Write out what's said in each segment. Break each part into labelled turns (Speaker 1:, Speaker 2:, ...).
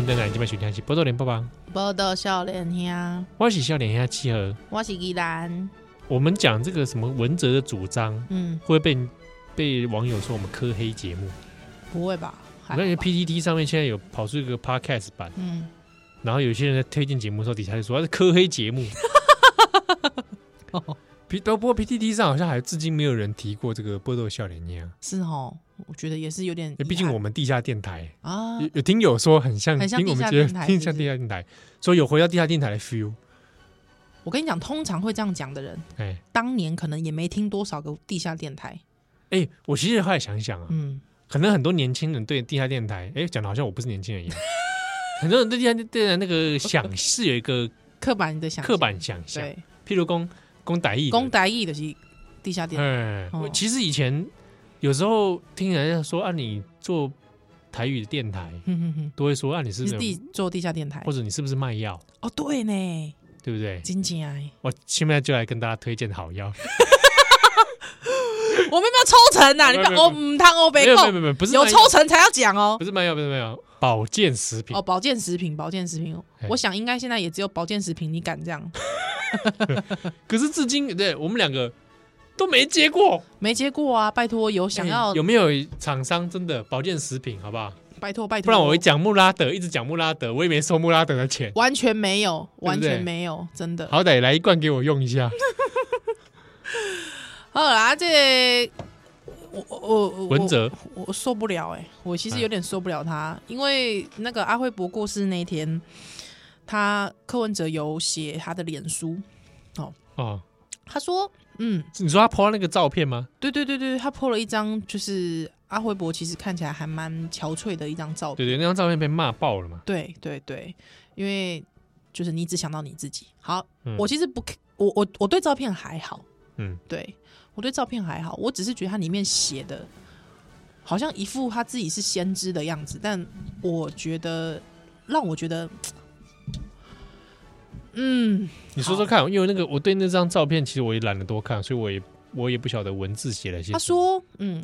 Speaker 1: 等待即摆收听是《波多连播吧》，
Speaker 2: 报道少年兄，
Speaker 1: 我是笑脸下契合。
Speaker 2: 我是依兰。
Speaker 1: 我们讲这个什么文哲的主张，
Speaker 2: 嗯，
Speaker 1: 会被被网友说我们科黑节目。
Speaker 2: 不会吧？还
Speaker 1: 我
Speaker 2: 好
Speaker 1: 感觉
Speaker 2: 吧
Speaker 1: PPT 上面现在有跑出一个 Podcast 版，
Speaker 2: 嗯，
Speaker 1: 然后有些人在推荐节目的时候，底下就说它是科黑节 目。P
Speaker 2: 哦
Speaker 1: 不过 PPT 上好像还至今没有人提过这个波多笑脸鸭，
Speaker 2: 是哦，我觉得也是有点遗
Speaker 1: 因为
Speaker 2: 憾，
Speaker 1: 啊毕竟我们地下电台
Speaker 2: 啊
Speaker 1: 有，有听友说很像，
Speaker 2: 很像
Speaker 1: 听我
Speaker 2: 地
Speaker 1: 们
Speaker 2: 下
Speaker 1: 觉
Speaker 2: 电
Speaker 1: 得
Speaker 2: 台
Speaker 1: 听
Speaker 2: 是不
Speaker 1: 像
Speaker 2: 是
Speaker 1: 地下电台，所以有回到地下电台的 feel。
Speaker 2: 我跟你讲，通常会这样讲的人，
Speaker 1: 哎
Speaker 2: 当年可能也没听多少个地下电台。
Speaker 1: 哎、我其实后来想想啊，
Speaker 2: 嗯，
Speaker 1: 可能很多年轻人对地下电台，哎、讲的好像我不是年轻 人一样。很多人对地下电台那个想是有一个
Speaker 2: 刻板的想
Speaker 1: 刻板想象，
Speaker 2: 对，
Speaker 1: 譬如公公歹意的，
Speaker 2: 公台义的是地 下电台，
Speaker 1: 嗯，我
Speaker 2: 哦
Speaker 1: 其实以前有时候听人家说啊，你做台语的电台，
Speaker 2: 哼哼哼，
Speaker 1: 都会说啊，你是
Speaker 2: 你
Speaker 1: 不
Speaker 2: 是地
Speaker 1: 是
Speaker 2: 做地下电台
Speaker 1: 或。者你是不是卖药，
Speaker 2: 哦，对呢，
Speaker 1: 对不对？
Speaker 2: 真 正哎，
Speaker 1: 我现在就来跟大家推荐好药，
Speaker 2: 我们有没有抽成呐、啊？你
Speaker 1: 没
Speaker 2: 们
Speaker 1: 有
Speaker 2: 哦，唔贪哦，
Speaker 1: 没
Speaker 2: 没
Speaker 1: 有没有
Speaker 2: 够，
Speaker 1: 没有，没不是
Speaker 2: 有
Speaker 1: 卖
Speaker 2: 抽
Speaker 1: 药，
Speaker 2: 成才要讲 哦
Speaker 1: 不。是卖药，不是卖药，保健食品
Speaker 2: 哦，。保健食品，保健食品，我想应该现在也只有保健食品，你敢这样？
Speaker 1: 可是至今对我们两个都没接过，
Speaker 2: 没接过啊，拜托，有想要
Speaker 1: 哎，有没有厂商真的保健食品，好不好？
Speaker 2: 拜托拜托，
Speaker 1: 不然我会讲穆拉德，一直讲穆拉德，我也没收穆拉德的 钱，
Speaker 2: 完全没有，
Speaker 1: 对
Speaker 2: 完
Speaker 1: 不对
Speaker 2: 全没有，真的。
Speaker 1: 好歹来一罐给我用一 下。
Speaker 2: 好啦，这个我我我
Speaker 1: 文哲，
Speaker 2: 我我受不了哎、我其实有点受不了他，因为那个阿辉伯过世那一天，他柯文哲有写他的脸书，
Speaker 1: 哦，
Speaker 2: 他说，嗯，
Speaker 1: 你说他 p 那个照片吗？
Speaker 2: 对对对对，他 po 了一张就是阿辉伯其实看起来还蛮憔悴的一张照片，
Speaker 1: 对对，那张照片被骂爆了嘛。
Speaker 2: 对对对，因为就是你只想到你自己。好，
Speaker 1: 嗯
Speaker 2: 我其实不，我我我对照片还好，
Speaker 1: 嗯，
Speaker 2: 对我对照片还好，我只是觉得它里面写的，好像一副他自己是先知的样子，但我觉得让我觉得，嗯，
Speaker 1: 你说说看，因为那个我对那张照片，其实我也懒得多看，所以我也我也不晓得文字写了些什么。
Speaker 2: 他说，嗯。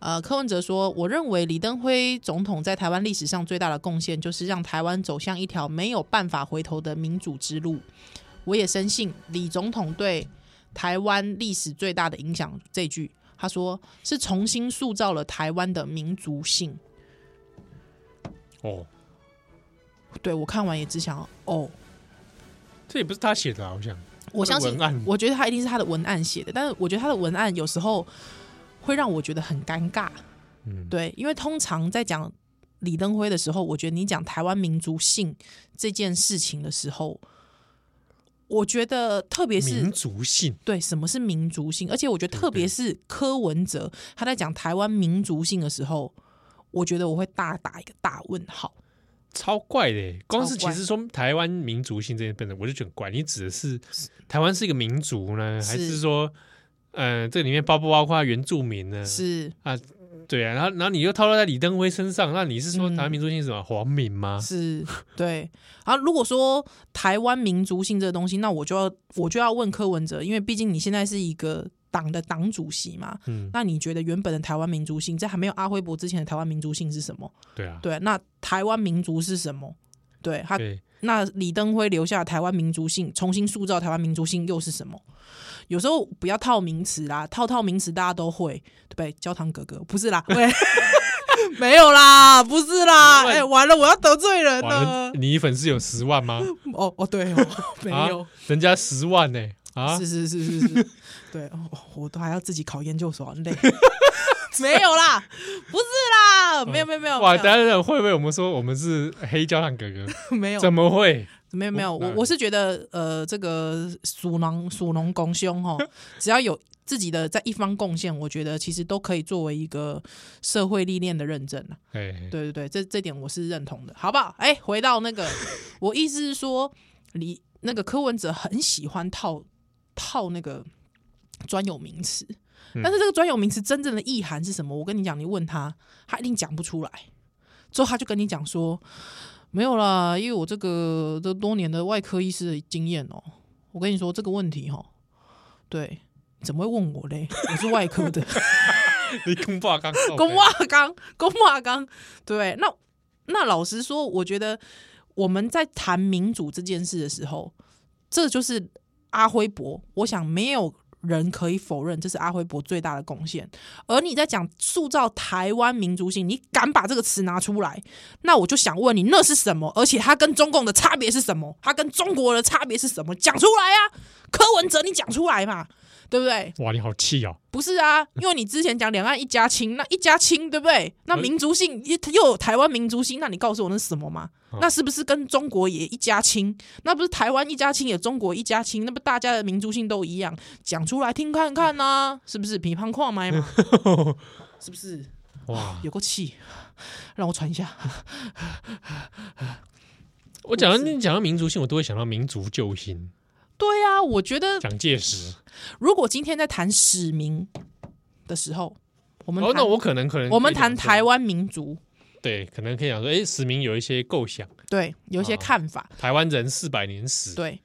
Speaker 2: 呃，柯文哲说：“我认为李登辉总统在台湾历史上最大的贡献，就是让台湾走向一条没有办法回头的民主之路。我也深信李总统对台湾历史最大的影响。”这句他说是重新塑造了台湾的民族性。
Speaker 1: 哦，
Speaker 2: 对我看完也只想哦，
Speaker 1: 这也不是他写的啊，好像
Speaker 2: 我相信
Speaker 1: 文，案
Speaker 2: 我觉得他一定是他的文案写的，但是我觉得他的文案有时候会让我觉得很尴尬。
Speaker 1: 嗯，
Speaker 2: 对，因为通常在讲李登辉的时候，我觉得你讲台湾民族性这件事情的时候，我觉得特别是
Speaker 1: 民族性，
Speaker 2: 对什么是民族性，而且我觉得特别是柯文哲他在讲台湾民族性的时候，我觉得我会大打一个大问号。
Speaker 1: 超怪的耶。光是
Speaker 2: 超
Speaker 1: 其
Speaker 2: 怪
Speaker 1: 实说台湾民族性这些本身，我就觉得很怪。你指的是台湾是一个民族呢，还
Speaker 2: 是
Speaker 1: 是说，呃，这里面包不包括原住民呢？
Speaker 2: 是
Speaker 1: 对啊，然后然后你又套落在李登辉身上，那你是说
Speaker 2: 嗯
Speaker 1: 台湾民族性是什么皇民吗？
Speaker 2: 是，对。啊，如果说台湾民族性这个东西，那我就要我就要问柯文哲，因为毕竟你现在是一个党的党主席嘛，
Speaker 1: 嗯，
Speaker 2: 那你觉得原本的台湾民族性，在还没有阿辉伯之前的台湾民族性是什么？
Speaker 1: 对啊，
Speaker 2: 对，那台湾民族是什么？对啊他，
Speaker 1: 对，
Speaker 2: 那李登辉留下的台湾民族性，重新塑造台湾民族性又是什么？有时候不要套名词啦，套套名词大家都会，对不对？焦糖哥哥不是啦， 喂，没有啦，不是啦，哎、
Speaker 1: 乱
Speaker 2: 完了，我要得罪人
Speaker 1: 完了
Speaker 2: 了，。
Speaker 1: 你粉丝有十万 吗？
Speaker 2: 哦哦，对哦，没
Speaker 1: 啊
Speaker 2: 有，，
Speaker 1: 人家十万呢、啊，
Speaker 2: 是是是是是，对，哦我都还要自己考研究所，很累。 没有啦，不是啦，没有没有没有，
Speaker 1: 哇！
Speaker 2: 没有
Speaker 1: 等一下等一下会不会我们说我们是黑胶汉哥哥？
Speaker 2: 没有
Speaker 1: 怎么会？
Speaker 2: 没有没有，
Speaker 1: 我
Speaker 2: 我我是觉得呃，这个属龙属龙拱凶哈，只要有自己的在一方贡献，我觉得其实都可以作为一个社会历练的认证啊。
Speaker 1: 哎，
Speaker 2: 对对对，这这点我是认同的，好不好？哎，回到那个，我意思是说，李那个柯文哲很喜欢套套那个专有名词，但是这个专有名词真正的意涵是什么？我跟你讲，你问他，他一定讲不出来。之后他就跟你讲说，没有啦，因为我这个这多年的外科医师的经验哦、我跟你说这个问题哈、哦对，怎么会问我嘞？我是外科的。
Speaker 1: 你公爸刚
Speaker 2: 公
Speaker 1: 爸
Speaker 2: 骂刚，公骂刚，对，那那老实说，我觉得我们在谈民主这件事的时候，这就是阿辉伯，我想没有人可以否认这是阿辉伯最大的贡献。而你在讲塑造台湾民族性，你敢把这个词拿出来，那我就想问你，那是什么？而且它跟中共的差别是什么？它跟中国的差别是什么？讲出来啊，柯文哲，你讲出来嘛，对不对？
Speaker 1: 哇，你好气哦！
Speaker 2: 不是啊，因为你之前讲两岸一家亲，那一家亲对不对？
Speaker 1: 嗯
Speaker 2: 那民族性又又有台湾民族性，那你告诉我那是什么嘛？
Speaker 1: 哦
Speaker 2: 那是不是跟中国也一家亲？那不是台湾一家亲，也中国一家亲？那不大家的民族性都一样？讲出来听看看
Speaker 1: 嗯
Speaker 2: 呐、是不是？比方矿 买嘛，是不是？
Speaker 1: 哇，
Speaker 2: 有够气，让我喘一下。
Speaker 1: 我讲到你讲到民族性，我都会想到民族救星
Speaker 2: 对啊，我觉 得
Speaker 1: 蒋介石。
Speaker 2: 如果今天在谈史明的时候，我们
Speaker 1: 哦，
Speaker 2: 谈
Speaker 1: 那我可能可能
Speaker 2: 我们
Speaker 1: 可以讲
Speaker 2: 谈
Speaker 1: 说
Speaker 2: 台湾民族，
Speaker 1: 对，可能可以讲说，哎，史明有一些构想，
Speaker 2: 对，有一些
Speaker 1: 啊
Speaker 2: 看法。
Speaker 1: 台湾人四百年史，
Speaker 2: 对，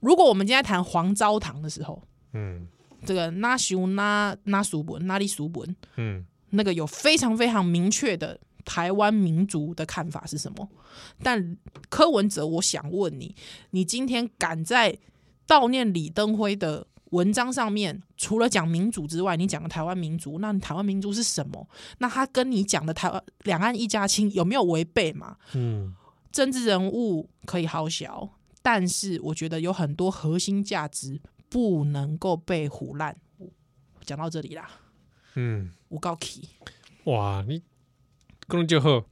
Speaker 2: 如果我们今天在谈黄昭堂的时候，
Speaker 1: 嗯
Speaker 2: 这个那修那那苏本那里苏本
Speaker 1: 嗯，
Speaker 2: 那个有非常非常明确的台湾民族的看法是什么？但柯文哲，我想问你，你今天敢在悼念李登辉的文章上面，除了讲民主之外，你讲了台湾民族，那你台湾民族是什么？那他跟你讲的台湾两岸一家亲有没有违背嘛？
Speaker 1: 嗯，
Speaker 2: 政治人物可以好小，但是我觉得有很多核心价值不能够被胡烂。讲到这里啦，
Speaker 1: 嗯，
Speaker 2: 我告 key，
Speaker 1: 哇，你公路就后，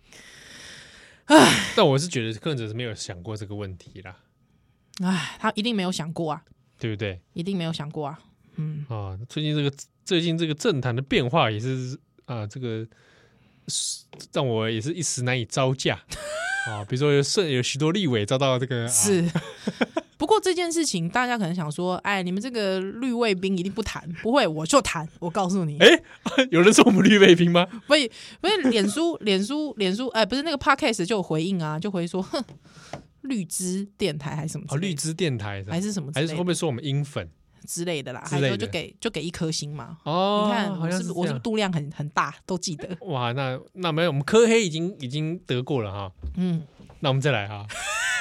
Speaker 1: 但我是觉得柯文哲是没有想过这个问题啦，
Speaker 2: 哎，他一定没有想过啊，
Speaker 1: 对不对？
Speaker 2: 一定没有想过啊，嗯，
Speaker 1: 啊，最近这个最近这个政坛的变化也是啊，这个是让我也是一时难以招架 啊。比如说有甚有许多立委遭到这个、啊、
Speaker 2: 是。 不过这件事情，大家可能想说，哎，你们这个绿卫兵一定不谈，不会，我就谈，我告诉你
Speaker 1: 哎， 有人说我们绿卫兵吗？
Speaker 2: 不是不是，脸书 脸书脸书，哎，不是那个 podcast 就有回应啊，就回说，哼，绿枝电台还是什么之
Speaker 1: 哦，
Speaker 2: 类
Speaker 1: 绿
Speaker 2: 的，
Speaker 1: 枝电台是吧
Speaker 2: 还是什么之
Speaker 1: 还
Speaker 2: 类
Speaker 1: 是
Speaker 2: 的，
Speaker 1: 会不会说我们英粉？
Speaker 2: 之类的啦，
Speaker 1: 之
Speaker 2: 还
Speaker 1: 类
Speaker 2: 有
Speaker 1: 的
Speaker 2: 就给就给一颗星嘛。
Speaker 1: 哦，
Speaker 2: 你看，
Speaker 1: 好
Speaker 2: 我
Speaker 1: 像
Speaker 2: 是不是
Speaker 1: 这
Speaker 2: 我是不是
Speaker 1: 样
Speaker 2: 度量很很大，都记 得。
Speaker 1: 哇，那那没有，我们科黑已经已经得过了哈，
Speaker 2: 嗯，
Speaker 1: 那我们再来哈。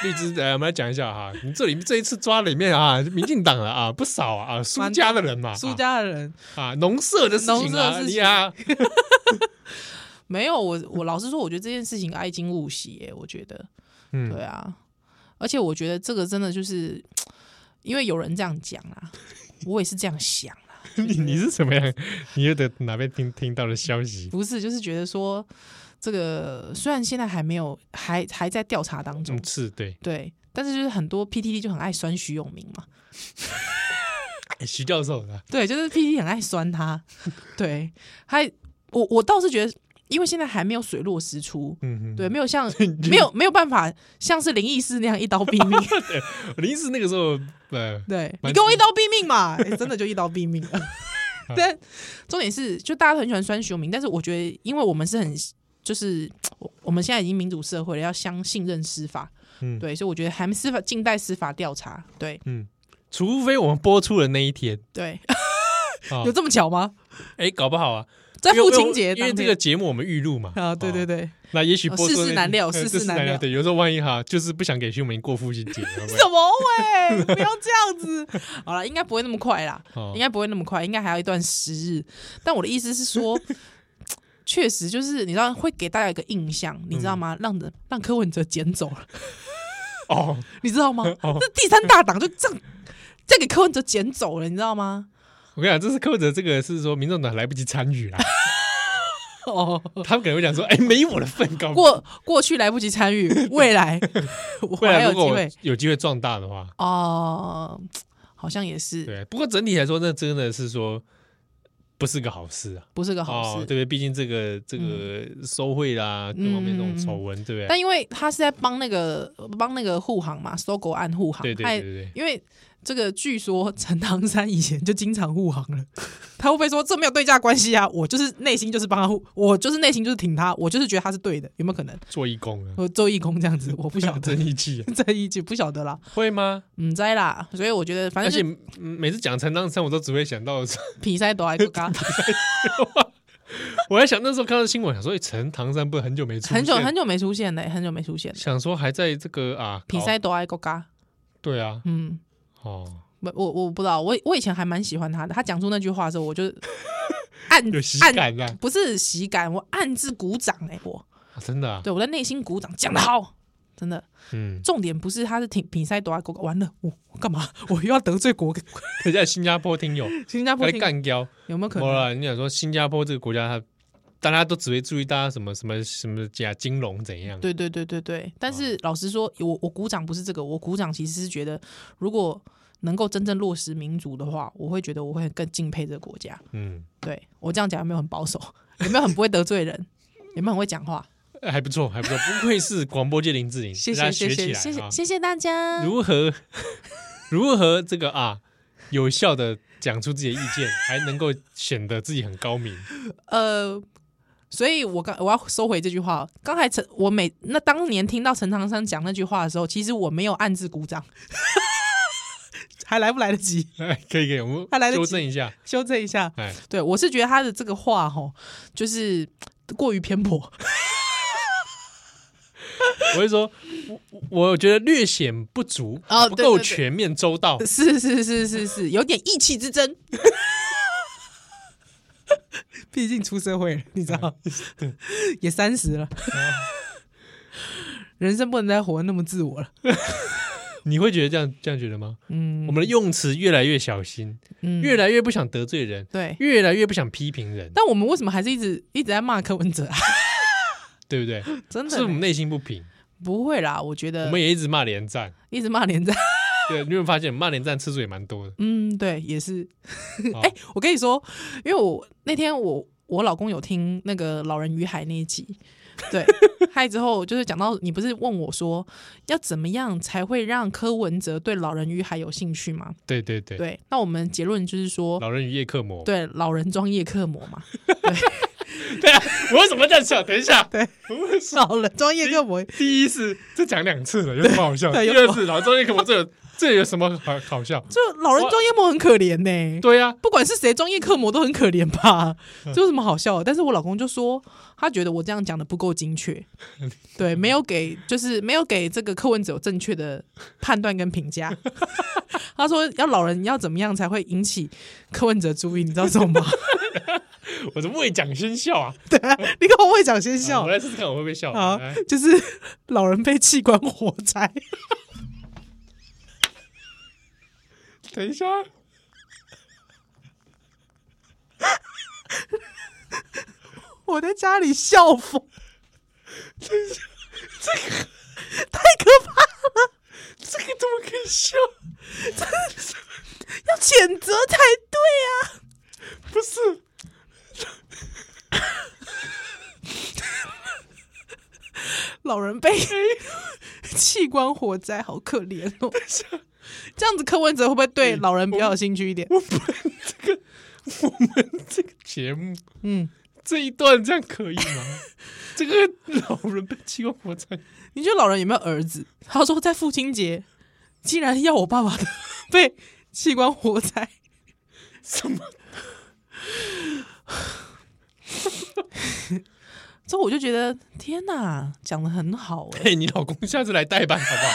Speaker 1: 绿枝，哎来我们来讲一下哈，你这里这一次抓里面啊，民进党了啊，不少啊，啊苏家的人嘛，
Speaker 2: 苏家的人
Speaker 1: 啊啊农舍的事
Speaker 2: 农
Speaker 1: 情
Speaker 2: 舍
Speaker 1: 啊，
Speaker 2: 的事
Speaker 1: 你
Speaker 2: 情
Speaker 1: 啊，
Speaker 2: 没有我，我老实说，我觉得这件事情哀今勿喜耶，我觉得，
Speaker 1: 嗯
Speaker 2: 对啊，而且我觉得这个真的就是，因为有人这样讲啦，我也是这样想啦，
Speaker 1: 你你是什么样？你又得哪边听听到的消息？
Speaker 2: 不是，就是觉得说，这个虽然现在还没有，还还在调查当中
Speaker 1: 嗯，，是对。
Speaker 2: 对，但是就是很多 PTT 就很爱酸徐永明嘛，
Speaker 1: 哎徐教授的，
Speaker 2: 对，就是 PT 很爱酸他，对，还我我倒是觉得，因为现在还没有水落石出，
Speaker 1: 嗯，
Speaker 2: 对，没 有像没有没有办法像是灵异事那样一刀 毙命，
Speaker 1: 哼，临时那个时候，呃，
Speaker 2: 对
Speaker 1: 蛮
Speaker 2: 你给我一刀毙命嘛、哎真的就一刀 毙命了。但重点是，就大家都很喜欢酸徐明，但是我觉得，因为我们是很就是我我们现在已经民主社会了，要相信任司法，
Speaker 1: 嗯
Speaker 2: 对，所以我觉得还司法近代司法调查，对
Speaker 1: 嗯，除非我们播出的那一天，
Speaker 2: 对，
Speaker 1: 啊
Speaker 2: 有这么巧吗？
Speaker 1: 哎，搞不好啊，
Speaker 2: 在
Speaker 1: 因为
Speaker 2: 父亲节
Speaker 1: 因为
Speaker 2: 当
Speaker 1: 这
Speaker 2: 天
Speaker 1: 个哦节目我们预录嘛，
Speaker 2: 啊，对对
Speaker 1: 对，
Speaker 2: 对。
Speaker 1: 那也许播出的
Speaker 2: 哦世事
Speaker 1: 那
Speaker 2: 难料
Speaker 1: 呃
Speaker 2: 世
Speaker 1: 世
Speaker 2: 事
Speaker 1: 事
Speaker 2: 难
Speaker 1: 难料，
Speaker 2: 料
Speaker 1: 对，有时候万一哈，就是不想给徐明过父亲 节，啊会不会
Speaker 2: 什么喂？不要这样子。好了，应该不会那么快啦，
Speaker 1: 哦
Speaker 2: 应该不会那么快，应该还要一段时日。但我的意思是说， 确实就是你知道会给大家一个印象，你知道吗？让人让柯文哲捡走了，
Speaker 1: 嗯哦，
Speaker 2: 你知道吗？
Speaker 1: 哦
Speaker 2: 这第三大党就这样。这样给柯文哲捡走了，你知道吗？
Speaker 1: 我跟你讲，这是柯哲，这个是说民众党来不及参与啦，
Speaker 2: 哦，
Speaker 1: 他们可能会讲 说，哎，没我的份，搞不好
Speaker 2: 过过去来不及 参与，未来我
Speaker 1: 未
Speaker 2: 还
Speaker 1: 来
Speaker 2: 有
Speaker 1: 如
Speaker 2: 机
Speaker 1: 果
Speaker 2: 会
Speaker 1: 有机会壮大的话，
Speaker 2: 哦，好像也是
Speaker 1: 对，不过整体来说，那真的是说不是个好事啊。
Speaker 2: 不是个好
Speaker 1: 哦，
Speaker 2: 事
Speaker 1: 对。
Speaker 2: 嗯
Speaker 1: 不对？毕竟这个这个收贿啦，各方面这种丑闻，对不对？
Speaker 2: 但因为他是在帮那个帮那个护航嘛，搜狗案护航，
Speaker 1: 对对
Speaker 2: 他
Speaker 1: 对
Speaker 2: 也
Speaker 1: 对
Speaker 2: 因为这个据说陈唐山以前就经常护航了， 他会不会说这没有对价关系啊？我就是内心就是帮他护，我就是内心就是挺他，我就是觉得他是对的，有没有可能？
Speaker 1: 对，做义工啊，
Speaker 2: 我周义工这样子，我不 晓得
Speaker 1: 真义气啊，
Speaker 2: 这一句不晓得啦，
Speaker 1: 会吗？
Speaker 2: 嗯，在啦，所以我觉得反
Speaker 1: 而且
Speaker 2: 正就
Speaker 1: 嗯每次讲陈当山，我都只会想到
Speaker 2: 皮塞都爱做嘎，
Speaker 1: 我还想那时候看到新闻，想说，哎、陈唐山不是很久没出现，
Speaker 2: 很久很久没出现嘞，很久没出现了。
Speaker 1: 想说还在这个啊
Speaker 2: 比，
Speaker 1: 搞
Speaker 2: 赛都爱国嘎，
Speaker 1: 对啊，
Speaker 2: 嗯，
Speaker 1: 哦，
Speaker 2: 不，我我不知道，我我以前还蛮喜欢他的。他讲出那句话的时候，我就 暗
Speaker 1: 有喜
Speaker 2: 暗
Speaker 1: 感啊，
Speaker 2: 不是喜感，我暗自鼓掌哎、我
Speaker 1: 啊真的啊，
Speaker 2: 对我在内心鼓掌，讲的好，真的。
Speaker 1: 嗯，
Speaker 2: 重点不是他是挺比赛多爱国，完了我我干嘛？我又要得 罪国
Speaker 1: 可在新加坡听友
Speaker 2: 新加坡
Speaker 1: 来
Speaker 2: 听
Speaker 1: 干掉，
Speaker 2: 有没有可
Speaker 1: 我
Speaker 2: 能？
Speaker 1: 啦，你想说新加坡这个国家，它大家都只会注意大家什么什么什么假金融怎样，
Speaker 2: 对对对对对，但是老实说，我我鼓掌不是这个，我鼓掌其实是觉得，如果能够真正落实民主的话，我会觉得我会更敬佩这个国家。
Speaker 1: 嗯，
Speaker 2: 对我这样讲有没有很保守？有没有很不会得罪人？有没有很会讲话？
Speaker 1: 哎还不错，还不错，不愧是广播界林志玲，
Speaker 2: 谢
Speaker 1: 大家
Speaker 2: 谢
Speaker 1: 学起
Speaker 2: 谢谢
Speaker 1: 来
Speaker 2: 谢
Speaker 1: 啊
Speaker 2: 谢谢谢大家。
Speaker 1: 如何 如何这个啊，有效的讲出自己的意见，还能够显得自己很高明。
Speaker 2: 呃，所以我刚我要收回这句话。刚才陈我每那当年听到陈唐山讲那句话的时候，其实我没有暗自鼓掌， 还来不来得及
Speaker 1: 哎， 可以可以，我们
Speaker 2: 还来得及
Speaker 1: 纠正一下。
Speaker 2: 修正一下？
Speaker 1: 哎，
Speaker 2: 对我是觉得他的这个话吼，就是过于偏颇。
Speaker 1: 我会说，我我觉得略显不足，
Speaker 2: 哦
Speaker 1: 不
Speaker 2: 对
Speaker 1: 够
Speaker 2: 对对
Speaker 1: 全面周 到。
Speaker 2: 是是是是是，有点意气之争。 毕竟出社会了，你知道，也三十了，
Speaker 1: 哦
Speaker 2: 人生不能再活得那么自我了。
Speaker 1: 你会觉得这样这样觉得吗？
Speaker 2: 嗯
Speaker 1: 我们的用词越来越小心，
Speaker 2: 嗯，
Speaker 1: 越来越不想得罪人，
Speaker 2: 对。
Speaker 1: 越来越不想批评 人，
Speaker 2: 但我们为什么还是一直一直在骂柯文哲啊？
Speaker 1: 对不对？
Speaker 2: 真的呃
Speaker 1: 是我们
Speaker 2: 嘞
Speaker 1: 内心不平，
Speaker 2: 不会啦，我觉
Speaker 1: 我
Speaker 2: 得
Speaker 1: 们也一直骂连战。
Speaker 2: 一直骂连战，
Speaker 1: 对，你有没有发现骂连战次数也蛮多的？
Speaker 2: 嗯，对，也是。
Speaker 1: 哦
Speaker 2: 哎、我跟你说，因为我那天我我老公有听那个《老人与海》那一集，对，嗨之后就是讲到你不是问我说要怎么样才会让柯文哲对《老人与海》有兴趣吗？
Speaker 1: 对对对，
Speaker 2: 对，那我们结论就是说，
Speaker 1: 老人与夜客魔。
Speaker 2: 对，老人装夜克魔嘛，
Speaker 1: 对啊，我为什么这样笑？等一 下，对，
Speaker 2: 老人装夜克魔，
Speaker 1: 第一次这讲两次了，有什么好笑？
Speaker 2: 对
Speaker 1: 第
Speaker 2: 有
Speaker 1: 二次，然后中间可我这有这有什么好好笑？
Speaker 2: 就老人装夜魔很可怜呢、
Speaker 1: 对呀、啊，
Speaker 2: 不管是谁装夜克魔都很可怜吧？这有什么好笑的？但是我老公就说，他觉得我这样讲的不够精确，对，没有给就是没有给这个柯文哲有正确的判断跟评价。他说要老人要怎么样才会引起柯文哲注意，你知道什么吗？
Speaker 1: 我怎么未讲先笑啊？
Speaker 2: 你跟我会讲先
Speaker 1: 啊
Speaker 2: 笑
Speaker 1: 我，来试试看我会不会笑。哎
Speaker 2: 好
Speaker 1: 来，
Speaker 2: 就是老人被器官火灾，
Speaker 1: 等一下，
Speaker 2: 我在家里笑疯，这个太可怕了。
Speaker 1: 这个怎么可以笑？
Speaker 2: 要谴责才对啊！
Speaker 1: 不是，
Speaker 2: 老人被 器官火灾，好可怜哦。这样子，柯文哲会不会对老人比较有兴趣一点？
Speaker 1: 嗯我们这个我们这个节目
Speaker 2: 嗯，
Speaker 1: 这一段这样可以 吗？这个老人被气功火灾，
Speaker 2: 你觉得老人有没有儿子？他说在父亲节，竟然要我爸爸的 被器官火灾，
Speaker 1: 什 么？
Speaker 2: 之后我就觉得天哪，讲的很好哎、
Speaker 1: 哎、你老公下次来代班好不好？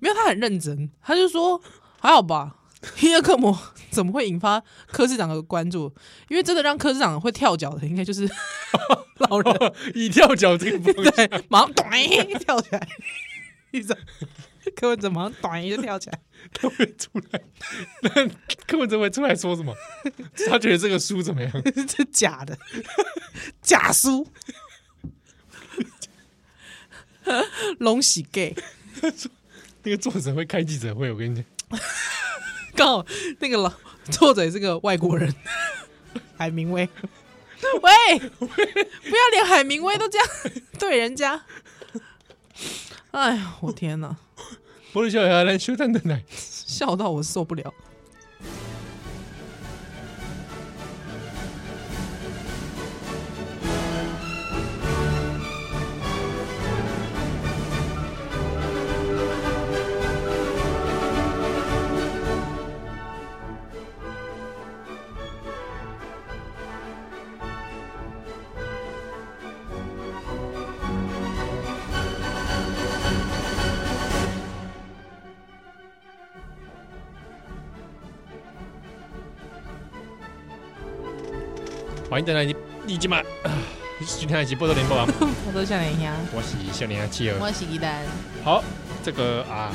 Speaker 2: 没有，他很认真，他就说还好吧。 黑夜克魔怎么会引发柯市长的关注？因为真的让柯市长会跳脚的，应该就是老人。
Speaker 1: 一跳脚这个方向，
Speaker 2: 对，马上咚跳起来，你知道，柯文哲马上咚就跳起来，
Speaker 1: 他会出来，那柯文哲会出来说什么？他觉得这个书怎么 样？
Speaker 2: 这假的，假书，龙喜 gay，
Speaker 1: 那个作者会开记者会，我跟你讲，
Speaker 2: 刚好那个老作者也是个外国人， 海明威， 喂，不要连海明威都这样 对人家，哎呀，我天哪，
Speaker 1: 我的小孩来修蛋的奶，
Speaker 2: 笑到我受不了。
Speaker 1: 欢迎大家一一起嘛，啊今天一起波多连播王，
Speaker 2: 我都想一下，
Speaker 1: 我是笑脸阿七儿。
Speaker 2: 我是一丹。
Speaker 1: 好，这个啊，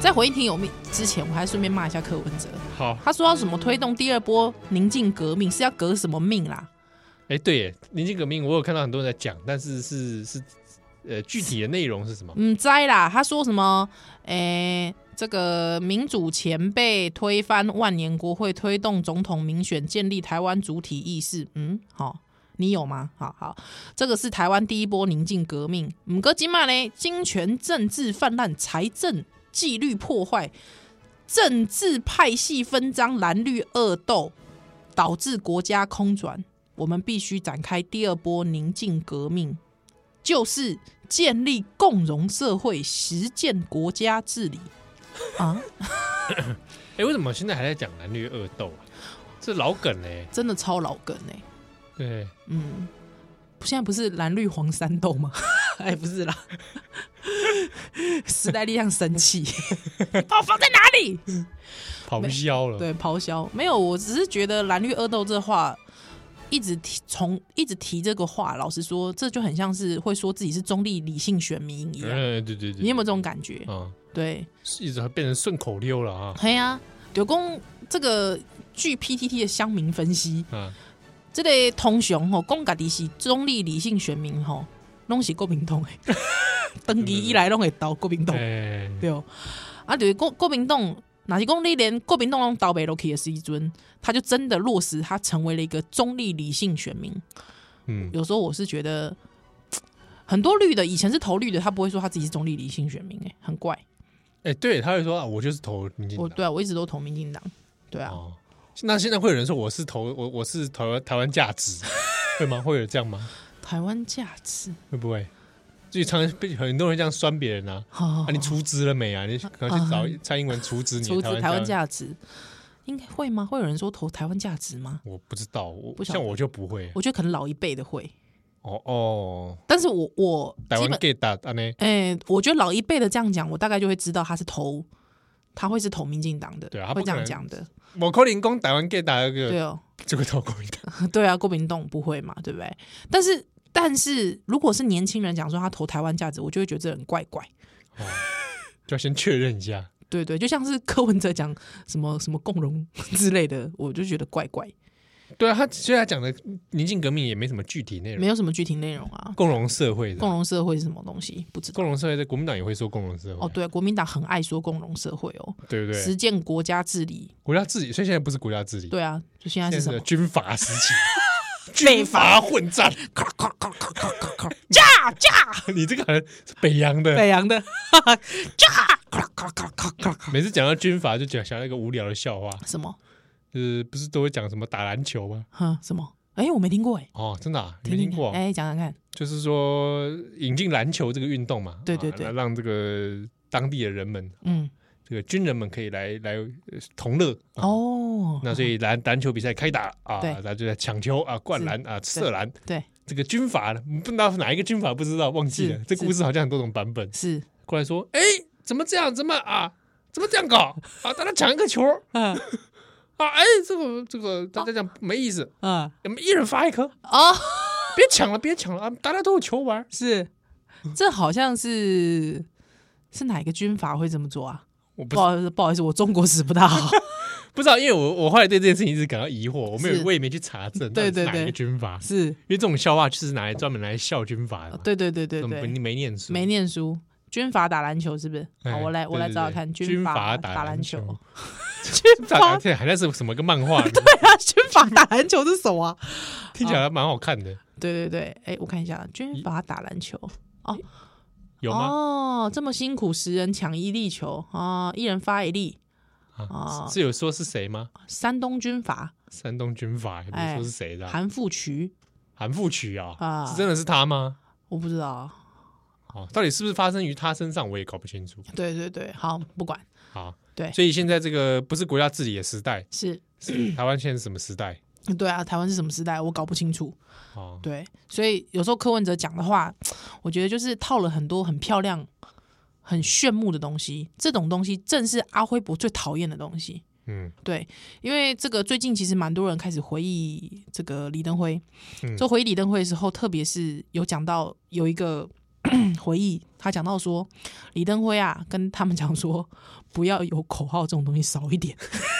Speaker 2: 在回应听友们之前，我还顺便骂一下柯文哲，
Speaker 1: 好，
Speaker 2: 他说要什么推动第二波宁静革命，是要革什么命啦？
Speaker 1: 哎，对耶，宁静革命，我有看到很多人在讲，但是是是，呃，具体的内容是什么？
Speaker 2: 嗯，栽啦。他说什么？诶、这个民主前辈推翻万年国会，推动总统民选，建立台湾主体意识。嗯，好、你有吗？好好，这个是台湾第一波宁静革命。嗯，哥今嘛呢？金权政治泛滥，财政纪律破坏，政治派系分赃，蓝绿恶斗，导致国家空转。我们必须展开第二波宁静革命，就是建立共荣社会，实践国家治理。啊，
Speaker 1: 哎，为什么现在还在讲男女恶斗啊？这老梗嘞，
Speaker 2: 真的超老梗哎、
Speaker 1: 对，
Speaker 2: 嗯，现在不是蓝绿黄三斗吗？ 哎，不是啦， 时代力量生气， 你把我放在哪里？
Speaker 1: 咆哮了，
Speaker 2: 对，咆哮没有，我只是觉得蓝绿恶斗这话一直提从一直提这个话，老实说，这就很像是会说自己是中立理性选民一样。
Speaker 1: 嗯，对对对，
Speaker 2: 你有没有这种感觉？
Speaker 1: 啊？
Speaker 2: 对，
Speaker 1: 是一直变成顺口溜了啊
Speaker 2: 嘿啊，有公这个据 PTT 的乡民分析，
Speaker 1: 啊！
Speaker 2: 这类通雄吼，讲家己是中立理性选民吼，拢是国民党诶，长期以来拢会投国民党，
Speaker 1: 哎，
Speaker 2: 对哦。啊，就是国国民党，哪是讲你连国民党拢倒袂落去的时阵，他就真的落实他成为了一个中立理性选民。
Speaker 1: 嗯，
Speaker 2: 有时候我是觉得，很多绿的以前是投绿的，他不会说他自己是中立理性选民、诶，很怪。
Speaker 1: 哎，对，他会说啊，我就是投民进
Speaker 2: 我
Speaker 1: 党。
Speaker 2: 对啊，我一直都投民进党，对啊，
Speaker 1: 哦，那现在会有人说我是投我我是台湾台湾价值， 会吗？会有这样吗？
Speaker 2: 台湾价值，
Speaker 1: 会不会？就常被很多人这样酸别人啊，
Speaker 2: 好好
Speaker 1: 啊，
Speaker 2: 好
Speaker 1: 你出资了没啊？你赶快去找蔡英文出资你
Speaker 2: 出
Speaker 1: 的
Speaker 2: 自台
Speaker 1: 台
Speaker 2: 湾
Speaker 1: 湾价，
Speaker 2: 价值，应该会吗？会有人说投台湾价值吗？
Speaker 1: 我不知道，我
Speaker 2: 不晓得
Speaker 1: 像我就不会。
Speaker 2: 我觉得可能老一辈的会，
Speaker 1: 哦哦，
Speaker 2: 但是我我
Speaker 1: 台
Speaker 2: 基
Speaker 1: 湾
Speaker 2: 本
Speaker 1: get 打啊呢？
Speaker 2: 哎、我觉得老一辈的这样讲，我大概就会知道他是投，他会是投民进党的，
Speaker 1: 对啊他不
Speaker 2: 会这
Speaker 1: 可
Speaker 2: 样
Speaker 1: 能
Speaker 2: 讲的，
Speaker 1: 我柯林公台湾 get 打那个
Speaker 2: 对哦，
Speaker 1: 这个投国民党，
Speaker 2: 对啊，郭明栋不会嘛，对不对？但是但是如果是年轻人讲说他投台湾价值，我就会觉得这人怪怪。
Speaker 1: 哦 就要先确认一下。
Speaker 2: 对对，就像是柯文哲讲什么什么共荣 之类的，我就觉得怪怪，
Speaker 1: 对啊，他虽然讲的宁静革命也没什么具体内
Speaker 2: 没
Speaker 1: 容，
Speaker 2: 有什么具体内容啊。
Speaker 1: 共荣社会
Speaker 2: 共
Speaker 1: 的
Speaker 2: 荣社会是什么东西？不知道。
Speaker 1: 共荣社会，在国民党也会说共荣社会
Speaker 2: 哦，，对、啊，国民党很爱说共荣社会哦，
Speaker 1: 对不对？
Speaker 2: 实践国家治理。
Speaker 1: 国家治理，所以现在不是国家治理，
Speaker 2: 对啊，就现在
Speaker 1: 现在
Speaker 2: 是什
Speaker 1: 是
Speaker 2: 么？
Speaker 1: 军阀时期，
Speaker 2: 北
Speaker 1: 阀混战。
Speaker 2: 咔咔咔咔咔咔咔，驾驾！
Speaker 1: 你这个好像是北洋的，
Speaker 2: 北洋的，驾！咔咔咔咔咔咔。
Speaker 1: 每次讲到军阀就讲想到一个无聊的笑话，
Speaker 2: 什么？
Speaker 1: 就是不是都会讲什么打篮球吗？
Speaker 2: 哼，什么？哎，我没听过哎，
Speaker 1: 哦，真的、啊、你没听过
Speaker 2: 看
Speaker 1: 啊？
Speaker 2: 哎，讲讲看。
Speaker 1: 就是说引进篮球这个运动嘛，
Speaker 2: 对对
Speaker 1: 啊
Speaker 2: 对
Speaker 1: 那让这个当地的人们，
Speaker 2: 嗯，
Speaker 1: 这个军人们可以来来呃同乐。
Speaker 2: 哦，
Speaker 1: 那所以篮篮球比赛开打啊，
Speaker 2: 对
Speaker 1: 大家就在抢球啊、灌篮啊、射篮。
Speaker 2: 对，
Speaker 1: 这个军阀呢，不知道哪一个军阀不知道，忘记了
Speaker 2: 是。
Speaker 1: 这故事好像很多种版本。
Speaker 2: 是，
Speaker 1: 过来说：“哎，怎么这样？怎么啊？怎么这样搞啊？大家抢一个球
Speaker 2: 嗯
Speaker 1: 啊！哎，这个这个大家这样没意思，哎
Speaker 2: 嗯，
Speaker 1: 我们一人发一颗，
Speaker 2: 哦，
Speaker 1: 别抢了，别抢了啊！大家都有球玩。
Speaker 2: 是，这好像是是哪个军阀会这么做啊？
Speaker 1: 我不
Speaker 2: 不好意思，不好意思，我中国史不大好。
Speaker 1: 不知道，因为我我后来对这件事情一直感到疑惑，我没有
Speaker 2: 是
Speaker 1: 我也没去查证到
Speaker 2: 对
Speaker 1: 底是
Speaker 2: 对
Speaker 1: 哪一个
Speaker 2: 对
Speaker 1: 军阀，
Speaker 2: 是，
Speaker 1: 因为这种笑话就是拿来专门来笑军阀的嘛。
Speaker 2: 对对对哦对
Speaker 1: 根
Speaker 2: 对
Speaker 1: 本，没念书，
Speaker 2: 没念书，军阀打篮球是不是？
Speaker 1: 哎。
Speaker 2: 好，我来我来
Speaker 1: 对对
Speaker 2: 找找
Speaker 1: 对
Speaker 2: 看，
Speaker 1: 军
Speaker 2: 阀
Speaker 1: 打
Speaker 2: 篮
Speaker 1: 球，
Speaker 2: 军
Speaker 1: 打
Speaker 2: 阀
Speaker 1: 而且还那是什么个漫画，
Speaker 2: 对啊，军阀打篮球是什么啊？
Speaker 1: 听起来蛮好看的，
Speaker 2: 对对对，哎，我看一下，军阀打篮球
Speaker 1: 有吗？
Speaker 2: 哦，这么辛苦，十人抢一粒球啊，一人发一粒。
Speaker 1: 啊
Speaker 2: 哦
Speaker 1: 是是有说是谁吗？
Speaker 2: 山东军阀
Speaker 1: 山东军阀，也没
Speaker 2: 哎
Speaker 1: 说是谁的啊，
Speaker 2: 韩复渠，
Speaker 1: 韩复渠啊，
Speaker 2: 啊
Speaker 1: 是真的是他吗？
Speaker 2: 我不知道啊。
Speaker 1: 哦，到底是不是发生于他身上，我也搞不清楚。
Speaker 2: 对对对，好，不管
Speaker 1: 好，
Speaker 2: 对
Speaker 1: 所以现在这个不是国家治理的时代，
Speaker 2: 是，
Speaker 1: 是台湾现在是什么时代？
Speaker 2: 对啊，台湾是什么时代，我搞不清楚。
Speaker 1: 哦，
Speaker 2: 对，所以有时候柯文哲讲的话，我觉得就是套了很多很漂亮、很炫目的东西。这种东西正是阿辉伯最讨厌的东西。
Speaker 1: 嗯
Speaker 2: 对，因为这个最近其实蛮多人开始回忆这个李登辉
Speaker 1: 嗯，
Speaker 2: 就回忆李登辉的时候，特别是有讲到有一个 回忆，他讲到说李登辉啊，跟他们讲说不要有口号这种东西少一点，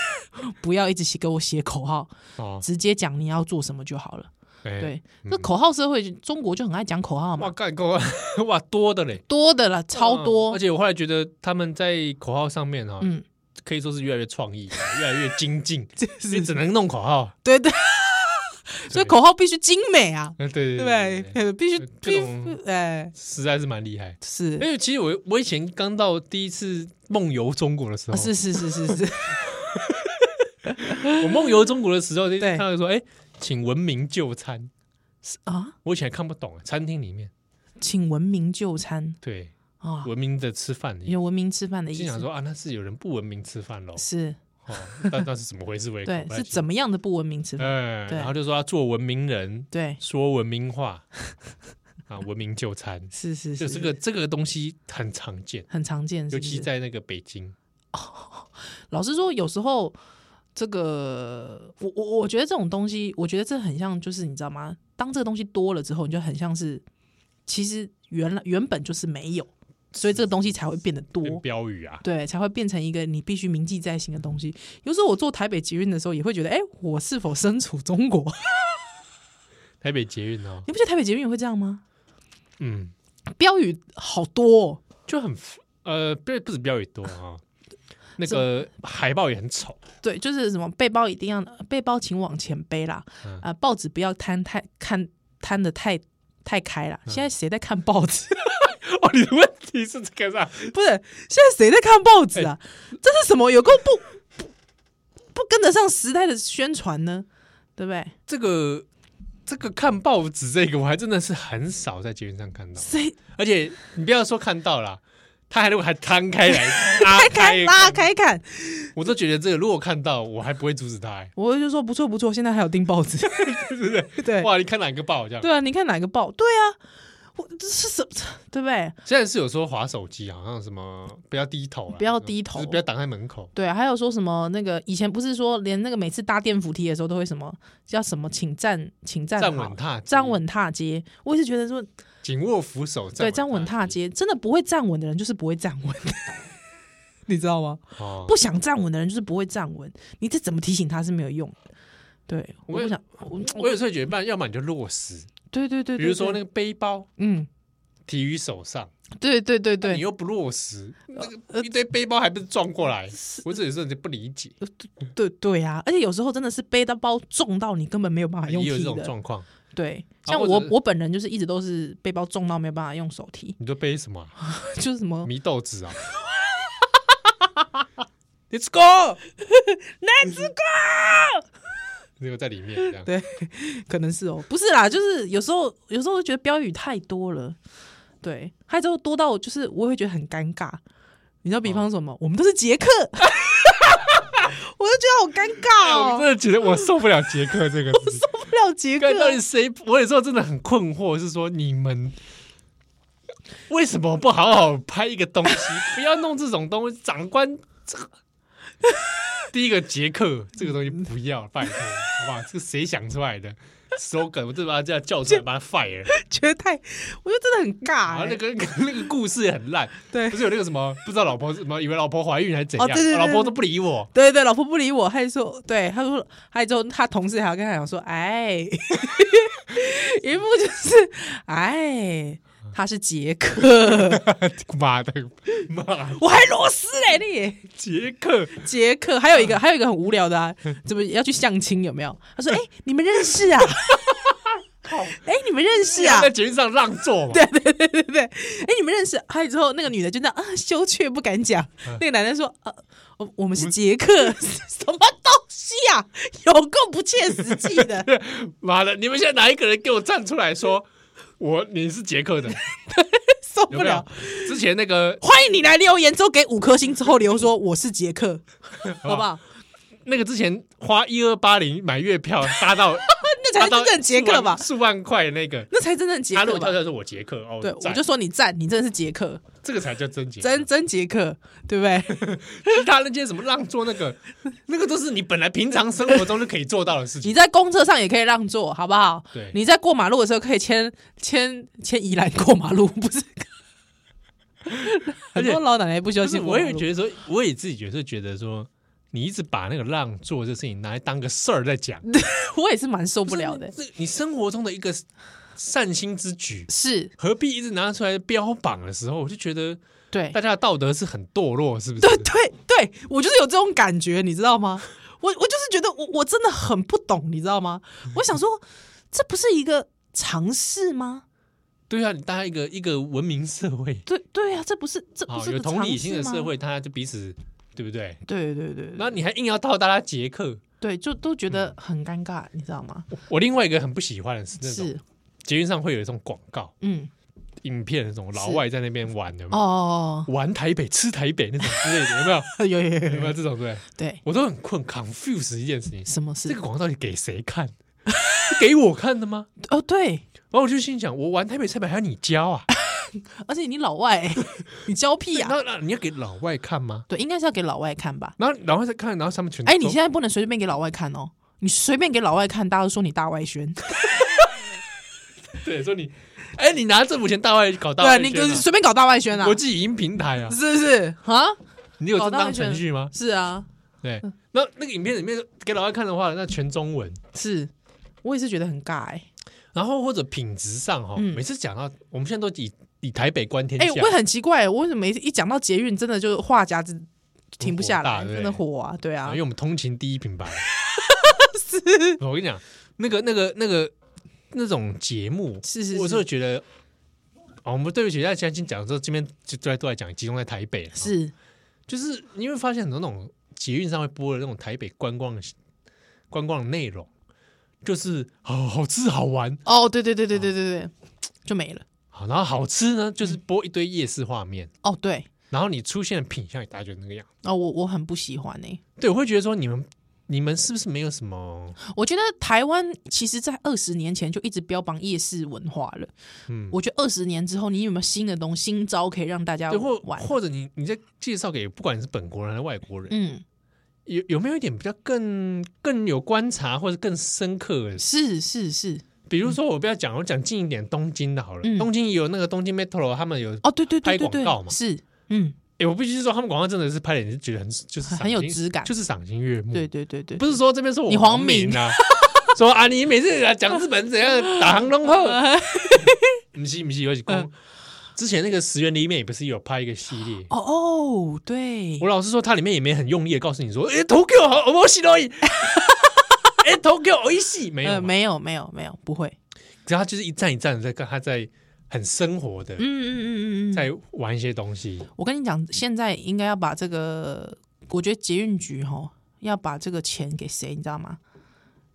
Speaker 2: 不要一直写给我写口号，
Speaker 1: 哦，
Speaker 2: 直接讲你要做什么就好了。
Speaker 1: 哎，
Speaker 2: 对，那口号社会，中国就很爱讲口号
Speaker 1: 哇，
Speaker 2: 嘛，
Speaker 1: 干够啊，哇，多的嘞，
Speaker 2: 多的了，超
Speaker 1: 嗯
Speaker 2: 多
Speaker 1: 而。且我后来觉得他们在口号上面啊，
Speaker 2: 嗯，
Speaker 1: 可以说是越来越创意，越来越精进，你只能弄口号，
Speaker 2: 对对， 所以口号必须精美啊，
Speaker 1: 呃对对
Speaker 2: 对不对？必须
Speaker 1: 各
Speaker 2: 必
Speaker 1: 种
Speaker 2: 须，哎，
Speaker 1: 实在是蛮厉害。
Speaker 2: 是
Speaker 1: 因。为其实我我以前刚到第一次梦游中国的时
Speaker 2: 啊，
Speaker 1: 候，
Speaker 2: 是是是是是，
Speaker 1: 我梦游中国的时候，就
Speaker 2: 对
Speaker 1: 看到说，哎，请文明就餐，
Speaker 2: 啊，
Speaker 1: 我以前还看不懂，餐厅里面
Speaker 2: 请文明就餐
Speaker 1: 对
Speaker 2: 啊，
Speaker 1: 文明的吃饭，
Speaker 2: 有文明吃饭的意思。
Speaker 1: 心想说啊，那是有人不文明吃饭喽，
Speaker 2: 是
Speaker 1: 哦，那那是怎么回事？我也哎搞
Speaker 2: 对
Speaker 1: 不，太
Speaker 2: 是
Speaker 1: 清
Speaker 2: 怎么样的不文明吃饭？
Speaker 1: 嗯，
Speaker 2: 对
Speaker 1: 然后就说要做文明人，
Speaker 2: 对，
Speaker 1: 说文明 话啊，文明就餐，
Speaker 2: 是是，
Speaker 1: 就是这个这个东西很常见，
Speaker 2: 很常见，
Speaker 1: 尤
Speaker 2: 是不
Speaker 1: 其
Speaker 2: 是
Speaker 1: 在那个北京，
Speaker 2: 老实说，有时候这个，我我我觉得这种东西，我觉得这很像，就是你知道吗？当这个东西多了之后，你就很像是，其实原来原本就是没有，所以这个东西才会变得多。
Speaker 1: 跟标语啊，
Speaker 2: 对，才会变成一个你必须铭记在心的东西。有时候我坐台北捷运的时候，也会觉得，哎、我是否身处中国？
Speaker 1: 台北捷运哦，
Speaker 2: 你不觉得台北捷运也会这样吗？
Speaker 1: 嗯，
Speaker 2: 标语好多、哦，
Speaker 1: 就很呃，不不止标语多 啊，那个海报也很丑，
Speaker 2: 对，就是什么背包一定要背包请往前背啦，啊、
Speaker 1: 嗯
Speaker 2: 报纸不要摊太看摊的太太开
Speaker 1: 嗯
Speaker 2: 啦。现在谁在看报 纸？
Speaker 1: 哦，你的问题是这个啥？
Speaker 2: 不是，现在谁在看报纸啊？
Speaker 1: 哎
Speaker 2: 这是什么？有够不不不跟得上时代的宣传呢？对不对？
Speaker 1: 这个这个看报纸这个，我还真的是很少在捷运上看到，
Speaker 2: 谁
Speaker 1: 而且你不要说看到啦，他还如果还摊开 来拉
Speaker 2: 开开拉
Speaker 1: 看
Speaker 2: 开看？
Speaker 1: 我都觉得这个，如果看到，我还不会阻止他、 欸，
Speaker 2: 我就说不错不错，现在还有订报纸，
Speaker 1: 对不对？
Speaker 2: 对
Speaker 1: 哇，你看哪个报这样？
Speaker 2: 哎对啊，你看哪个报？对啊，我这是什么？对不对？
Speaker 1: 现在是有说划手机，好像什么不要低头啦，啊
Speaker 2: 不要低头
Speaker 1: 就是不要挡在门口。
Speaker 2: 对，还有说什么那个以前不是说连那个每次搭电扶梯的时候都会什么叫什么，请站，请站
Speaker 1: 站
Speaker 2: 好
Speaker 1: 稳踏阶，
Speaker 2: 站稳踏阶。我也是觉得说，
Speaker 1: 紧握扶手，
Speaker 2: 对，站稳踏阶，真的不会站稳的人就是不会站稳， 你知道吗？
Speaker 1: 哦，
Speaker 2: 不想站稳的人就是不会站稳，你这怎么提醒他是没有用的。对，
Speaker 1: 我
Speaker 2: 我
Speaker 1: 也
Speaker 2: 不想，我
Speaker 1: 我有时候觉得，不然要么你就落实，
Speaker 2: 对对对，
Speaker 1: 比如说那
Speaker 2: 个，
Speaker 1: 个背包
Speaker 2: 嗯，
Speaker 1: 提于手上，
Speaker 2: 对对对对呃
Speaker 1: 你，又不落实，那个一堆背包还不是撞过来？我这有时候就不理解，
Speaker 2: 对对啊，而且有时候真的是背到包重到你根本没有办法
Speaker 1: 哎也
Speaker 2: 用
Speaker 1: 有
Speaker 2: 提
Speaker 1: 这种
Speaker 2: 的，
Speaker 1: 状况。
Speaker 2: 对，像
Speaker 1: 啊或者
Speaker 2: 我
Speaker 1: 是
Speaker 2: 我本人就是一直都是背包重到没有办法用手提，
Speaker 1: 你都背什么啊？
Speaker 2: 就是什么
Speaker 1: 迷豆子啊？Let's
Speaker 2: 哦
Speaker 1: go，
Speaker 2: Let's go，
Speaker 1: 那个在里面这样。
Speaker 2: 对， 可能是哦，不是啦，就是有时候有时候会觉得标语太多了，对，还有之后多到就是我会觉得很尴尬，你知道，比
Speaker 1: 哦
Speaker 2: 方什么，我们都是杰克， 我就觉得好尴
Speaker 1: 哎
Speaker 2: 尬
Speaker 1: 我
Speaker 2: 哦，
Speaker 1: 真的觉得我受不了杰克这个字，
Speaker 2: 受不 了杰克
Speaker 1: 看，到底谁？我有时候真的很困惑，是说你们为什么不好好拍一个东西，不要弄这种东西？长官，这个第一个杰克这个东西不要，拜托，好不好？这个谁想出来的 slogan？我就把它这样叫出来，把它 fire。
Speaker 2: 觉得太，我就真的很
Speaker 1: 然
Speaker 2: 尬、
Speaker 1: 后啊那
Speaker 2: 欸，
Speaker 1: 个那个 那个故事也很烂，
Speaker 2: 对
Speaker 1: 不。是有那个什么不知道老婆什么，以为老婆怀孕还是怎样，
Speaker 2: 哦对对对
Speaker 1: 老婆都不理我。
Speaker 2: 对对，老婆不理我，还说对，他说，还之后他同事还要跟他讲说，哎，一副就是哎，他是杰克，
Speaker 1: 妈的，妈
Speaker 2: 我还螺丝嘞你，
Speaker 1: 杰克，
Speaker 2: 杰克，还有一个还有一个很无聊的、啊，怎么要去相亲有没有？他说，哎，你们认识啊？哎，你们认识啊
Speaker 1: 在？节目上让座嘛？
Speaker 2: 对对对对对，哎，你们认识？还有之后那个女的就那样啊，羞怯不敢讲。
Speaker 1: 嗯
Speaker 2: 那个男的说，呃，我我们是杰 克，什么东西啊？有够不切实际的。
Speaker 1: 妈的，你们现在哪一个人给我站出来说我你是杰 克的？
Speaker 2: 受
Speaker 1: 有
Speaker 2: 不
Speaker 1: 没有
Speaker 2: 了。？
Speaker 1: 之前那个
Speaker 2: 欢迎你来留言，之后给五颗星，之后留说我是杰 克，好不好？
Speaker 1: 那个之前花一二八零买月票搭 到
Speaker 2: 那才
Speaker 1: 搭
Speaker 2: 是
Speaker 1: 到
Speaker 2: 真正杰克吧？
Speaker 1: 数万数万块那个，
Speaker 2: 那才真正杰
Speaker 1: 他如
Speaker 2: 克
Speaker 1: 果跳
Speaker 2: 吧？
Speaker 1: 出来说我杰克哦，
Speaker 2: 对，我
Speaker 1: 赞
Speaker 2: 就说你赞，你真的是杰克，
Speaker 1: 这个才叫真杰克，
Speaker 2: 真真杰克，对不对？
Speaker 1: 其他那些什么让座那 个，那个都是你本来平常生活中就可以做到的事
Speaker 2: 你
Speaker 1: 情。
Speaker 2: 在公车上也可以让座，好不好？
Speaker 1: 对，
Speaker 2: 你在过马路的时候可以牵牵牵宜兰过马路， 不是？很多老奶奶不休
Speaker 1: 就
Speaker 2: 息
Speaker 1: 是
Speaker 2: 过马
Speaker 1: 我
Speaker 2: 路，
Speaker 1: 也觉得说，我也自己有时候觉得说，你一直把那个让座这事情拿来当个事儿在讲，
Speaker 2: 我也是蛮受 不了的。
Speaker 1: 这你生活中的一个善心之举，
Speaker 2: 是
Speaker 1: 何必一直拿出来标榜的时候，我就觉得
Speaker 2: 对
Speaker 1: 大，家的道德是很堕落，是不是
Speaker 2: 对？对对，我就是有这种感觉，你知道吗？我我就是觉得我我真的很不懂，你知道吗？我想说，这不是一个尝试吗？
Speaker 1: 对啊，你大家一个一个文明社会，
Speaker 2: 对对呀、啊，这不是这不
Speaker 1: 好
Speaker 2: 是
Speaker 1: 有
Speaker 2: 个
Speaker 1: 同
Speaker 2: 尝
Speaker 1: 理
Speaker 2: 试
Speaker 1: 心的社
Speaker 2: 吗嗯
Speaker 1: 会，大家就彼此对不对？
Speaker 2: 对对对
Speaker 1: 然
Speaker 2: 对
Speaker 1: 后你还硬要套大家捷克，
Speaker 2: 对，就都觉
Speaker 1: 嗯
Speaker 2: 得很尴尬，你知道吗？
Speaker 1: 我我另外一个很不喜欢的哦是那种
Speaker 2: 是，
Speaker 1: 捷运上会有一种广告
Speaker 2: 嗯，
Speaker 1: 影片，那种老
Speaker 2: 是
Speaker 1: 外在那边玩，有没有？
Speaker 2: 哦，
Speaker 1: 玩台北、吃台北那种之类的，有没有？
Speaker 2: 有有有
Speaker 1: 有没
Speaker 2: 有
Speaker 1: 有
Speaker 2: 有，
Speaker 1: 这种？对，
Speaker 2: 对，
Speaker 1: 我都很困，confuse 一件事情，
Speaker 2: 什么事
Speaker 1: 这？个广告到底给谁看？ 是给我看的吗？
Speaker 2: 哦，对，
Speaker 1: 然后我就心想，我玩台北、台北还要你教啊？
Speaker 2: 而且你老外欸，你教屁
Speaker 1: 然
Speaker 2: 啊？
Speaker 1: 后然后你要给老外看吗？
Speaker 2: 对，应该是要给老外看吧？
Speaker 1: 然后老外在看，然后他们全
Speaker 2: 哎，你现在不能随便给老外看哦，你随便给老外看，大家都说你大外宣。
Speaker 1: 对说你，哎，你拿政府钱大外搞大
Speaker 2: 对啊，
Speaker 1: 外
Speaker 2: 你
Speaker 1: 宣啊
Speaker 2: 就随便搞大外宣啊
Speaker 1: 国，际影音平台 啊，
Speaker 2: 是不是啊？
Speaker 1: 你有
Speaker 2: 搞
Speaker 1: 正
Speaker 2: 大
Speaker 1: 当
Speaker 2: 外宣
Speaker 1: 程序吗？
Speaker 2: 是啊，
Speaker 1: 对，那那个影片里面给老外看的话，那全中文。
Speaker 2: 是，我也是觉得很尬哎、
Speaker 1: 然后或者品质上哈，
Speaker 2: 嗯
Speaker 1: 每次讲到我们现在都以以台北观天
Speaker 2: 哎、
Speaker 1: 下，
Speaker 2: 我也很奇怪、我为什么一讲到捷运，真的就话匣子停不下
Speaker 1: 火大
Speaker 2: 来，
Speaker 1: 对
Speaker 2: 真的火啊，对啊
Speaker 1: 因为，我们通勤第一品 牌。我跟你讲，那个那个那个那种节目，
Speaker 2: 是是
Speaker 1: 我
Speaker 2: 是
Speaker 1: 就觉得，哦，我们对不起，大家先先讲说，这边就都在都在讲，集中在台北，
Speaker 2: 是
Speaker 1: 就是你会发现很多那种捷运上会播的那种台北观光的观光的内容，就是好好吃好玩，
Speaker 2: 哦，对对对对对对对，就没了。
Speaker 1: 好，然后好吃呢就是播一堆夜市画面，
Speaker 2: 哦，对，
Speaker 1: 然后你出现的品相，大家就那个样。
Speaker 2: 哦，我我很不喜欢哎、
Speaker 1: 对，我会觉得说你们你们是不是没有什么？
Speaker 2: 我觉得台湾其实在二十年前就一直标榜夜市文化了，
Speaker 1: 嗯
Speaker 2: 我觉得二十年之后，你有没有新的东西、新招可以让大家
Speaker 1: 对，或
Speaker 2: 玩？
Speaker 1: 或者你你在介绍给不管是本国人还是外国人，
Speaker 2: 嗯，
Speaker 1: 有有没有一点比较更更有观察或者更深刻的？
Speaker 2: 是是是，
Speaker 1: 比如说我不要讲，我讲近一点东京的好了，
Speaker 2: 嗯
Speaker 1: 东京也有那个东京 Metro，他们有，哎、
Speaker 2: 哦，对对
Speaker 1: 拍
Speaker 2: 对对
Speaker 1: 广
Speaker 2: 对，
Speaker 1: 告嘛
Speaker 2: 是，嗯，
Speaker 1: 我必须说他们广告真的是拍的，你是觉得很就是
Speaker 2: 很很有
Speaker 1: 赏心
Speaker 2: 质感
Speaker 1: 就是赏心悦目。
Speaker 2: 对，对对对，
Speaker 1: 不是说这边说我
Speaker 2: 你
Speaker 1: 黄
Speaker 2: 黄敏
Speaker 1: 啊，说啊你每次来讲日本怎样打航
Speaker 2: 哦
Speaker 1: 龙后，不是不是，我是讲
Speaker 2: 嗯
Speaker 1: 之前那个石原里美不是有拍一个系列
Speaker 2: 哦哦，对
Speaker 1: 我，老实说，它里面也没很用力的告诉你说，哎、投给我好，我洗 了，哎、投给我一洗没有、
Speaker 2: 呃，
Speaker 1: 没，
Speaker 2: 没有没有没有，不会，
Speaker 1: 可是他就是一站一站的在看，他在很生活的、
Speaker 2: 嗯嗯嗯嗯嗯，
Speaker 1: 在玩一些东西，
Speaker 2: 我跟你讲，现在应该要把这个，我觉得捷运局哈要把这个钱给谁，你知道吗？